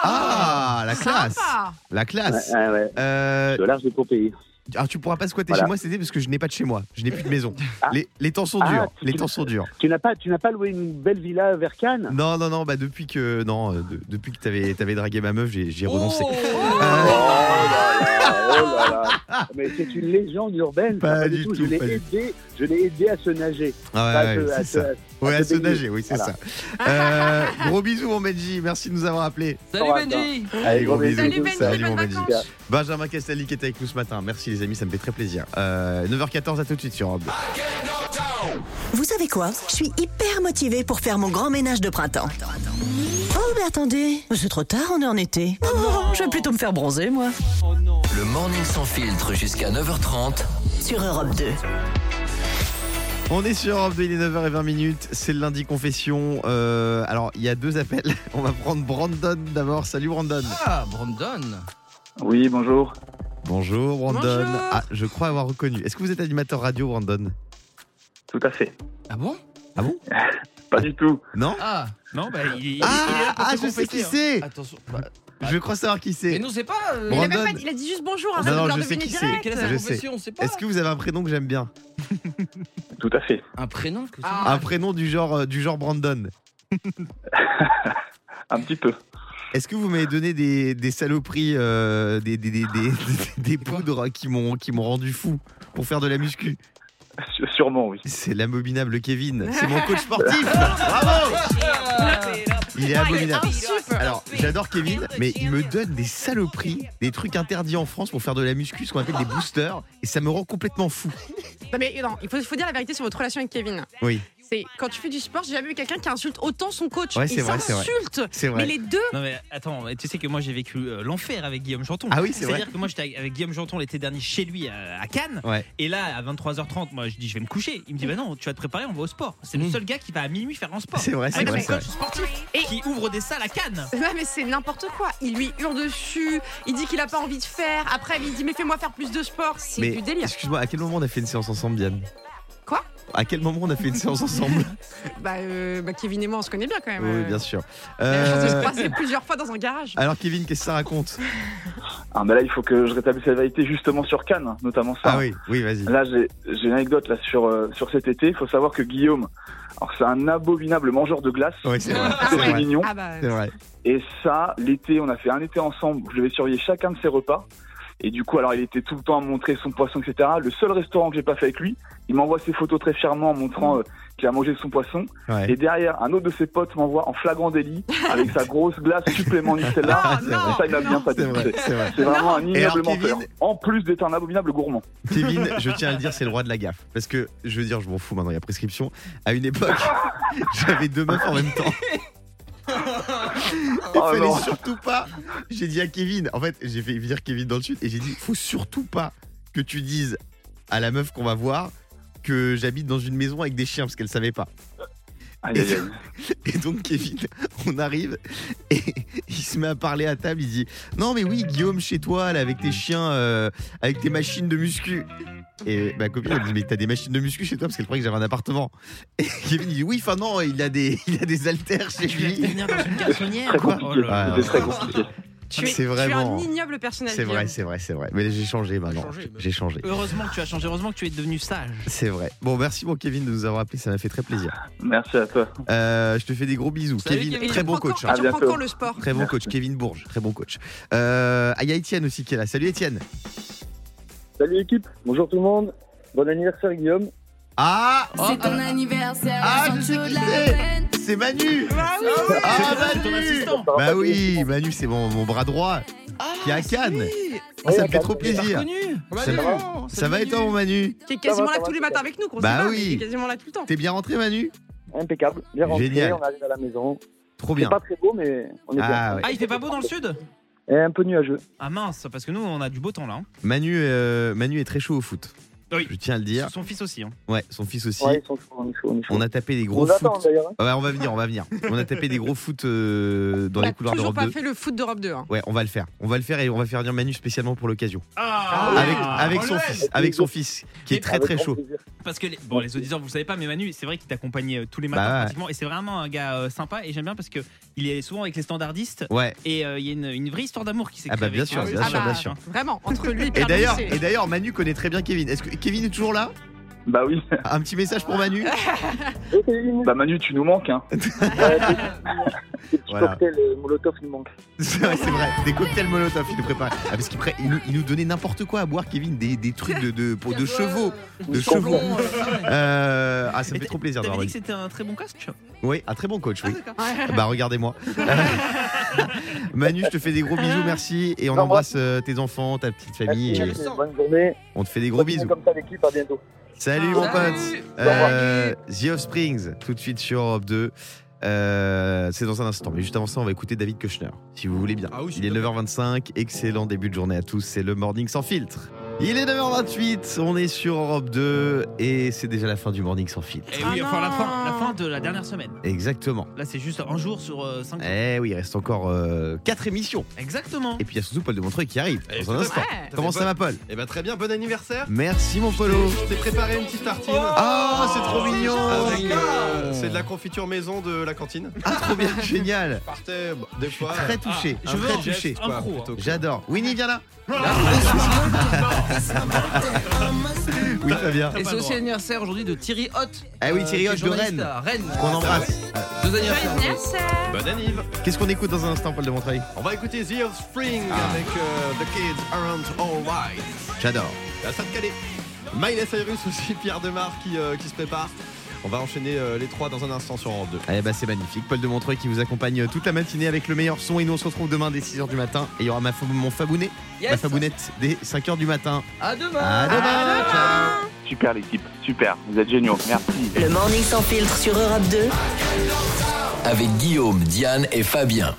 Speaker 3: Ah, la classe
Speaker 6: Sympa.
Speaker 3: La classe
Speaker 12: Ah, ouais.
Speaker 3: Euh,
Speaker 12: Au large de Pompéi.
Speaker 3: Alors tu pourras pas squatter
Speaker 12: Voilà.
Speaker 3: chez moi cet été parce que je n'ai pas de chez moi, je n'ai plus de maison. Les, les temps sont
Speaker 12: Ah,
Speaker 3: durs,
Speaker 12: tu-
Speaker 3: les
Speaker 12: tu-
Speaker 3: temps sont durs.
Speaker 12: Tu n'as pas, tu n'as pas loué une belle villa vers Cannes
Speaker 3: Non non non, bah depuis que non, euh, de- depuis que t'avais avais dragué ma meuf, j'ai j'ai
Speaker 6: Oh.
Speaker 3: renoncé. Euh,
Speaker 12: Ah, Oh là là. Mais c'est une légende urbaine.
Speaker 3: Pas
Speaker 12: ça,
Speaker 3: du
Speaker 12: Je
Speaker 3: tout, pas
Speaker 12: l'ai
Speaker 3: du
Speaker 12: aidé, je l'ai aidé à se nager.
Speaker 3: Ah
Speaker 12: Pas
Speaker 3: ouais, ouais,
Speaker 12: que- à
Speaker 3: c'est
Speaker 12: se-
Speaker 3: ça.
Speaker 12: à
Speaker 3: Ouais, à se
Speaker 12: baigner.
Speaker 3: nager, oui, c'est
Speaker 12: Voilà.
Speaker 3: ça. Euh, gros bisous mon Benji, merci de nous avoir appelés.
Speaker 14: Salut Benji.
Speaker 3: Allez, gros bisous.
Speaker 6: Salut Benji,
Speaker 3: Salut,
Speaker 6: bonnes
Speaker 3: mon Benji.
Speaker 6: vacances.
Speaker 3: Benjamin Castaldi qui était avec nous ce matin, merci les amis, ça me fait très plaisir. Euh, 9h14 à tout de suite sur Europe 2.
Speaker 1: Vous savez quoi Je suis hyper motivée pour faire mon grand ménage de printemps. Oh, mais attendez, c'est trop tard, on est en été. Oh, je vais plutôt me faire bronzer, moi.
Speaker 15: Le morning sans filtre jusqu'à 9h30.
Speaker 1: Sur Europe 2.
Speaker 3: On est sur Europe 2, il est 9h20 minutes, c'est le lundi confession. Euh, alors il y a deux appels, on va prendre Brandon d'abord. Salut Brandon.
Speaker 14: Ah, Brandon.
Speaker 16: Oui, bonjour.
Speaker 3: Bonjour Brandon.
Speaker 14: Bonjour.
Speaker 3: Ah, je crois avoir reconnu. Est-ce que vous êtes animateur radio Brandon
Speaker 16: Tout à fait.
Speaker 14: Ah bon
Speaker 3: Ah bon
Speaker 16: Pas du tout.
Speaker 3: Non
Speaker 14: Ah.
Speaker 5: Non, bah, il, il-
Speaker 3: Ah,
Speaker 5: il est là pour Ah,
Speaker 3: ah,
Speaker 5: se
Speaker 3: je sais
Speaker 5: confesser,
Speaker 3: qui
Speaker 5: hein.
Speaker 3: c'est
Speaker 14: Attention. bah,
Speaker 3: Je crois savoir qui c'est.
Speaker 14: Mais nous, c'est pas. euh,
Speaker 6: Il a, même
Speaker 3: Brandon.
Speaker 6: pas dit- il a dit juste bonjour.
Speaker 3: Non,
Speaker 6: Arrête de
Speaker 3: non,
Speaker 6: leur
Speaker 3: je sais
Speaker 6: deviner
Speaker 3: qui
Speaker 6: direct.
Speaker 14: Quelle est
Speaker 3: Je
Speaker 14: sa
Speaker 3: sais.
Speaker 14: confession On sait pas.
Speaker 3: Est-ce que vous avez un prénom que j'aime bien
Speaker 16: Tout à fait.
Speaker 14: Un prénom que
Speaker 6: Ah.
Speaker 3: Un prénom du genre, euh, du genre Brandon.
Speaker 16: Un petit peu.
Speaker 3: Est-ce que vous m'avez donné des, des saloperies, euh, des, des, des, des, des poudres qui m'ont qui m'ont rendu fou pour faire de la muscu
Speaker 16: Sû- Sûrement, oui.
Speaker 3: C'est l'abominable Kevin. C'est mon coach sportif. Bravo Il est
Speaker 6: Ah,
Speaker 3: abominable. Alors, j'adore Kevin, mais il me donne des saloperies, des trucs interdits en France pour faire de la muscu, ce qu'on appelle des boosters, et ça me rend complètement fou.
Speaker 6: Non, mais non, il faut, faut dire la vérité sur votre relation avec Kevin.
Speaker 3: Oui.
Speaker 6: C'est quand tu fais du sport, j'ai jamais vu quelqu'un qui insulte autant son coach.
Speaker 3: Ouais,
Speaker 6: il
Speaker 3: c'est vrai, c'est vrai.
Speaker 6: s'insulte.
Speaker 3: C'est vrai.
Speaker 6: Mais les deux,
Speaker 5: Non mais attends, mais tu sais que moi j'ai vécu euh, l'enfer avec Guillaume Janton.
Speaker 3: Ah oui, c'est
Speaker 5: C'est-à-dire
Speaker 3: vrai.
Speaker 5: que moi j'étais avec Guillaume Janton l'été dernier chez lui euh, à, à Cannes.
Speaker 3: Ouais.
Speaker 5: Et là à 23h30, moi je dis je vais me coucher. Il me dit bah non, tu vas te préparer, on va au sport. C'est le seul gars qui va à minuit faire un sport.
Speaker 3: Mm. C'est vrai, c'est
Speaker 5: Avec
Speaker 3: vrai,
Speaker 5: son
Speaker 3: c'est
Speaker 5: coach sportif qui ouvre des salles à Cannes.
Speaker 6: Ouais, mais c'est n'importe quoi. Il lui hurle dessus, il dit qu'il a pas envie de faire. Après, il dit Mais fais-moi faire plus de sport. C'est
Speaker 3: Mais
Speaker 6: du délire.
Speaker 3: excuse-moi, à quel moment on a fait une séance ensemble, Diane
Speaker 6: Quoi
Speaker 3: À quel moment on a fait une séance ensemble
Speaker 6: Bah, euh, bah, Kevin et moi, on se connaît bien quand même.
Speaker 3: Oui,
Speaker 6: euh.
Speaker 3: bien sûr.
Speaker 6: On s'est
Speaker 3: Euh,
Speaker 6: croisés plusieurs fois dans un garage.
Speaker 3: Alors Kevin, qu'est-ce que ça raconte
Speaker 16: Ah, mais là, il faut que je rétablisse la vérité justement sur Cannes, hein, notamment ça.
Speaker 3: Ah oui, oui, vas-y.
Speaker 4: Euh,
Speaker 16: Là, j'ai j'ai une anecdote là, sur, euh, sur cet été. Il faut savoir que Guillaume, alors c'est un abominable mangeur de glace.
Speaker 3: Oui, c'est
Speaker 6: Ah
Speaker 3: vrai.
Speaker 16: C'est
Speaker 3: c'est vrai.
Speaker 16: mignon.
Speaker 3: Ah,
Speaker 6: bah,
Speaker 3: C'est vrai.
Speaker 16: Et ça, l'été, on a fait un été ensemble où je devais surveiller chacun de ses repas. Et du coup, alors il était tout le temps à me montrer son poisson, etc. Le seul restaurant que j'ai pas fait avec lui, il m'envoie ses photos très fièrement en montrant euh, qu'il a mangé son poisson.
Speaker 6: Ah
Speaker 3: Ouais.
Speaker 16: Et derrière, un autre de ses potes m'envoie en flagrant délit avec sa grosse glace supplément Nutella.
Speaker 3: Ah, c'est vrai.
Speaker 16: ça, il a bien pas
Speaker 3: C'est vrai,
Speaker 16: discuté.
Speaker 3: c'est vrai.
Speaker 16: C'est vraiment un
Speaker 3: Non. Et alors,
Speaker 16: ignoble menteur.
Speaker 3: Kevin-
Speaker 16: En plus d'être un abominable gourmand.
Speaker 3: Kevin, je tiens à le dire, c'est le roi de la gaffe. Parce que, je veux dire, je m'en fous maintenant, il y a prescription. À une époque, j'avais deux meufs en même temps. Il
Speaker 16: Oh
Speaker 3: fallait
Speaker 16: non.
Speaker 3: surtout pas. J'ai dit à Kevin, en fait, j'ai fait venir Kevin dans le sud et j'ai dit, faut surtout pas que tu dises à la meuf qu'on va voir que j'habite dans une maison avec des chiens parce qu'elle savait pas.
Speaker 16: Aïe,
Speaker 3: Et,
Speaker 16: aïe, aïe.
Speaker 3: et donc Kevin, on arrive et il se met à parler à table. Il dit non mais oui Guillaume chez toi là avec tes chiens, euh, avec tes machines de muscu. Et ma copine elle me dit mais t'as des machines de muscu chez toi parce qu'elle croyait que j'avais un appartement. Et Kevin il dit oui enfin non il a des il a des haltères chez lui.
Speaker 6: Très
Speaker 3: Quoi
Speaker 5: Oh
Speaker 6: compliqué.
Speaker 3: Ouais, ouais,
Speaker 6: C'était très
Speaker 3: ouais.
Speaker 6: compliqué. Tu es,
Speaker 3: Ah, C'est
Speaker 6: tu es
Speaker 3: vraiment.
Speaker 6: un ignoble personnage.
Speaker 3: C'est vrai,
Speaker 6: Guillaume.
Speaker 3: c'est vrai, c'est vrai. Mais j'ai changé maintenant.
Speaker 14: changé,
Speaker 3: J'ai changé.
Speaker 14: Heureusement que tu as changé, heureusement que tu es devenu sage.
Speaker 3: C'est vrai. Bon, merci mon Kevin de nous avoir appelé, ça m'a fait très plaisir. Euh,
Speaker 16: Merci à toi.
Speaker 3: je te fais des gros bisous.
Speaker 16: Salut,
Speaker 3: Kevin,
Speaker 16: Kevin.
Speaker 3: très
Speaker 16: Tu
Speaker 3: bon
Speaker 16: reprends
Speaker 3: coach.
Speaker 16: quand-
Speaker 3: hein.
Speaker 16: À tu reprends bientôt. quand le sport
Speaker 3: Très bon coach. Kevin Bourges, très bon coach. Euh, ah, il y a Étienne aussi qui est là. Salut Étienne.
Speaker 17: Salut équipe, bonjour tout le monde, bon anniversaire Guillaume.
Speaker 3: Ah
Speaker 7: C'est ton anniversaire.
Speaker 17: Ah,
Speaker 7: sans
Speaker 17: je sais
Speaker 7: tout
Speaker 17: qui
Speaker 7: de la
Speaker 17: c'est.
Speaker 7: peine.
Speaker 3: C'est Manu
Speaker 7: Ah oui, oui.
Speaker 3: Ah
Speaker 7: C'est ton
Speaker 3: Manu
Speaker 7: assistant.
Speaker 3: Bah oui, Manu, c'est mon, mon bras droit qui est à Cannes. Ah, ça me fait trop plaisir. Ça, me- ça va et toi mon Manu
Speaker 6: Qui est quasiment là tous les matins avec nous. qu'on
Speaker 3: Bah
Speaker 6: se bat,
Speaker 3: oui.
Speaker 6: mais qui est quasiment là tout le temps.
Speaker 3: T'es bien rentré Manu
Speaker 17: Impeccable, bien rentré,
Speaker 3: Génial.
Speaker 17: on arrive à la maison. C'est
Speaker 3: Trop bien.
Speaker 17: pas très beau mais on est
Speaker 3: Ah,
Speaker 17: bien.
Speaker 3: ouais.
Speaker 5: Ah, il fait pas beau dans le sud
Speaker 17: Et un peu nuageux.
Speaker 5: Ah mince, parce que nous, on a du beau temps là. hein.
Speaker 3: Manu, euh, Manu est très chaud au foot.
Speaker 5: Oui.
Speaker 3: Je tiens à le dire.
Speaker 5: Son fils aussi. hein.
Speaker 3: Ouais, son fils aussi.
Speaker 5: Ouais, ils
Speaker 3: On a tapé des gros
Speaker 17: On attend,
Speaker 3: foot.
Speaker 17: d'ailleurs, hein.
Speaker 3: Ah ouais, on va venir, on va venir. On a tapé des gros foot euh, dans
Speaker 6: On a
Speaker 3: les couloirs
Speaker 6: toujours
Speaker 3: d'Europe
Speaker 6: pas
Speaker 3: 2.
Speaker 6: fait le foot d'Europe 2. hein.
Speaker 3: Ouais, on va le faire. On va le faire et on va faire venir Manu spécialement pour l'occasion.
Speaker 5: Ah,
Speaker 3: avec avec son fils, avec son fils qui est
Speaker 5: Et-
Speaker 3: très très chaud.
Speaker 5: Parce que les, bon, les auditeurs, vous le savez pas, mais Manu, c'est vrai qu'il t'accompagnait euh, tous les
Speaker 3: Bah
Speaker 5: matins
Speaker 3: ouais.
Speaker 5: pratiquement, et c'est vraiment un gars euh, sympa. Et j'aime bien parce que il est souvent avec les standardistes.
Speaker 3: Ouais.
Speaker 5: Et euh, il y a une, une vraie histoire d'amour qui s'est
Speaker 3: Ah bah, bien
Speaker 5: créée. avec-
Speaker 3: sûr,
Speaker 5: Ah
Speaker 3: bien
Speaker 5: bah,
Speaker 3: sûr, bien sûr.
Speaker 6: Vraiment, entre lui et
Speaker 3: Et
Speaker 6: Pierre
Speaker 3: d'ailleurs,
Speaker 6: Dossé.
Speaker 3: et d'ailleurs, Manu connaît très bien Kevin. Est-ce que Kevin est toujours là
Speaker 16: Bah oui.
Speaker 3: Un petit message pour Manu.
Speaker 16: Bah Manu, tu nous manques. Hein.
Speaker 3: Voilà.
Speaker 17: Cocktail euh, Molotov il manque.
Speaker 3: C'est vrai, c'est vrai. Des cocktails Molotov, il nous préparait. Ah, parce qu'il pré- il nous, il nous donnait n'importe quoi à boire, Kevin. Des, des trucs de, de, pour- de chevaux. De chevaux. Euh, ah, ça me fait trop plaisir d'avoir
Speaker 5: T'avais dit
Speaker 3: Manu.
Speaker 5: que c'était un très bon casque
Speaker 3: Oui, un très bon coach,
Speaker 17: Ah,
Speaker 3: oui. Bah regardez-moi. Manu, je te fais des gros bisous, merci. Et on embrasse euh, tes enfants, ta petite famille.
Speaker 17: Merci,
Speaker 3: et
Speaker 17: bonne journée.
Speaker 3: on te fait des gros
Speaker 17: Continuez
Speaker 3: bisous.
Speaker 17: comme ça l'équipe, à bientôt.
Speaker 3: Salut mon
Speaker 17: Salut.
Speaker 3: pote. Euh, The Offsprings, tout de suite sur Europe 2. Euh, c'est dans un instant, mais juste avant ça, on va écouter David Kushner, si vous voulez
Speaker 18: Ah
Speaker 3: bien. Il est 9h25, excellent début de journée à tous, c'est le morning sans filtre. Il est 9h28, on est sur Europe 2 et c'est déjà la fin du morning sans filtre.
Speaker 5: Et Eh oui, enfin la fin, la fin de la dernière semaine.
Speaker 3: Exactement.
Speaker 5: Là, c'est juste un jour sur euh, 5.
Speaker 3: Eh oui, il reste encore 4 émissions.
Speaker 5: Exactement.
Speaker 3: Et puis il y a surtout Paul de Montreuil qui arrive
Speaker 18: Eh,
Speaker 3: dans un
Speaker 18: tout à
Speaker 3: instant.
Speaker 18: fait. Oh,
Speaker 3: Comment ça va, Paul
Speaker 18: Eh ben très bien, bon anniversaire.
Speaker 3: Merci, mon Polo.
Speaker 18: Je t'ai préparé une petite tartine.
Speaker 3: Ah, c'est trop mignon.
Speaker 18: Avec, euh, C'est de la confiture maison de la cantine.
Speaker 3: Ah, trop bien, génial.
Speaker 18: Partez, bon, bah, des fois.
Speaker 3: Très touché,
Speaker 18: Ah,
Speaker 3: je
Speaker 18: un
Speaker 3: très
Speaker 18: vrai
Speaker 3: touché.
Speaker 18: geste, quoi, plutôt que-
Speaker 3: J'adore. Winnie, viens là. oui, Fabien.
Speaker 14: Et c'est aussi l'anniversaire aujourd'hui de Thierry Hott.
Speaker 18: Euh,
Speaker 3: Ah oui, Thierry
Speaker 14: qui est
Speaker 3: Hott de
Speaker 14: journaliste
Speaker 3: Rennes.
Speaker 14: à Rennes.
Speaker 3: Qu'on embrasse.
Speaker 18: Ah
Speaker 14: Deux anniversaires.
Speaker 18: Bonne anniv.
Speaker 3: Qu'est-ce qu'on écoute dans un instant, Paul de Montreuil
Speaker 18: On va écouter The Offspring avec euh, The Kids Aren't Alright.
Speaker 3: J'adore.
Speaker 18: Euh, Ça te calait. Miley Cyrus aussi, Pierre Demar qui, euh, qui se prépare. On va enchaîner euh, les trois dans un instant sur Europe 2.
Speaker 3: Eh ben c'est magnifique. Paul de Montreuil qui vous accompagne toute la matinée avec le meilleur son et nous on se retrouve demain dès 6h du matin et il y aura ma fa- mon Bah, fabounet,
Speaker 14: Yes.
Speaker 3: ma fabounette dès 5h du matin.
Speaker 14: À demain.
Speaker 18: Ah,
Speaker 3: À demain.
Speaker 16: Super l'équipe, super. Vous êtes géniaux. Merci.
Speaker 1: Le morning sans filtre sur Europe 2.
Speaker 15: Avec Guillaume, Diane et Fabien.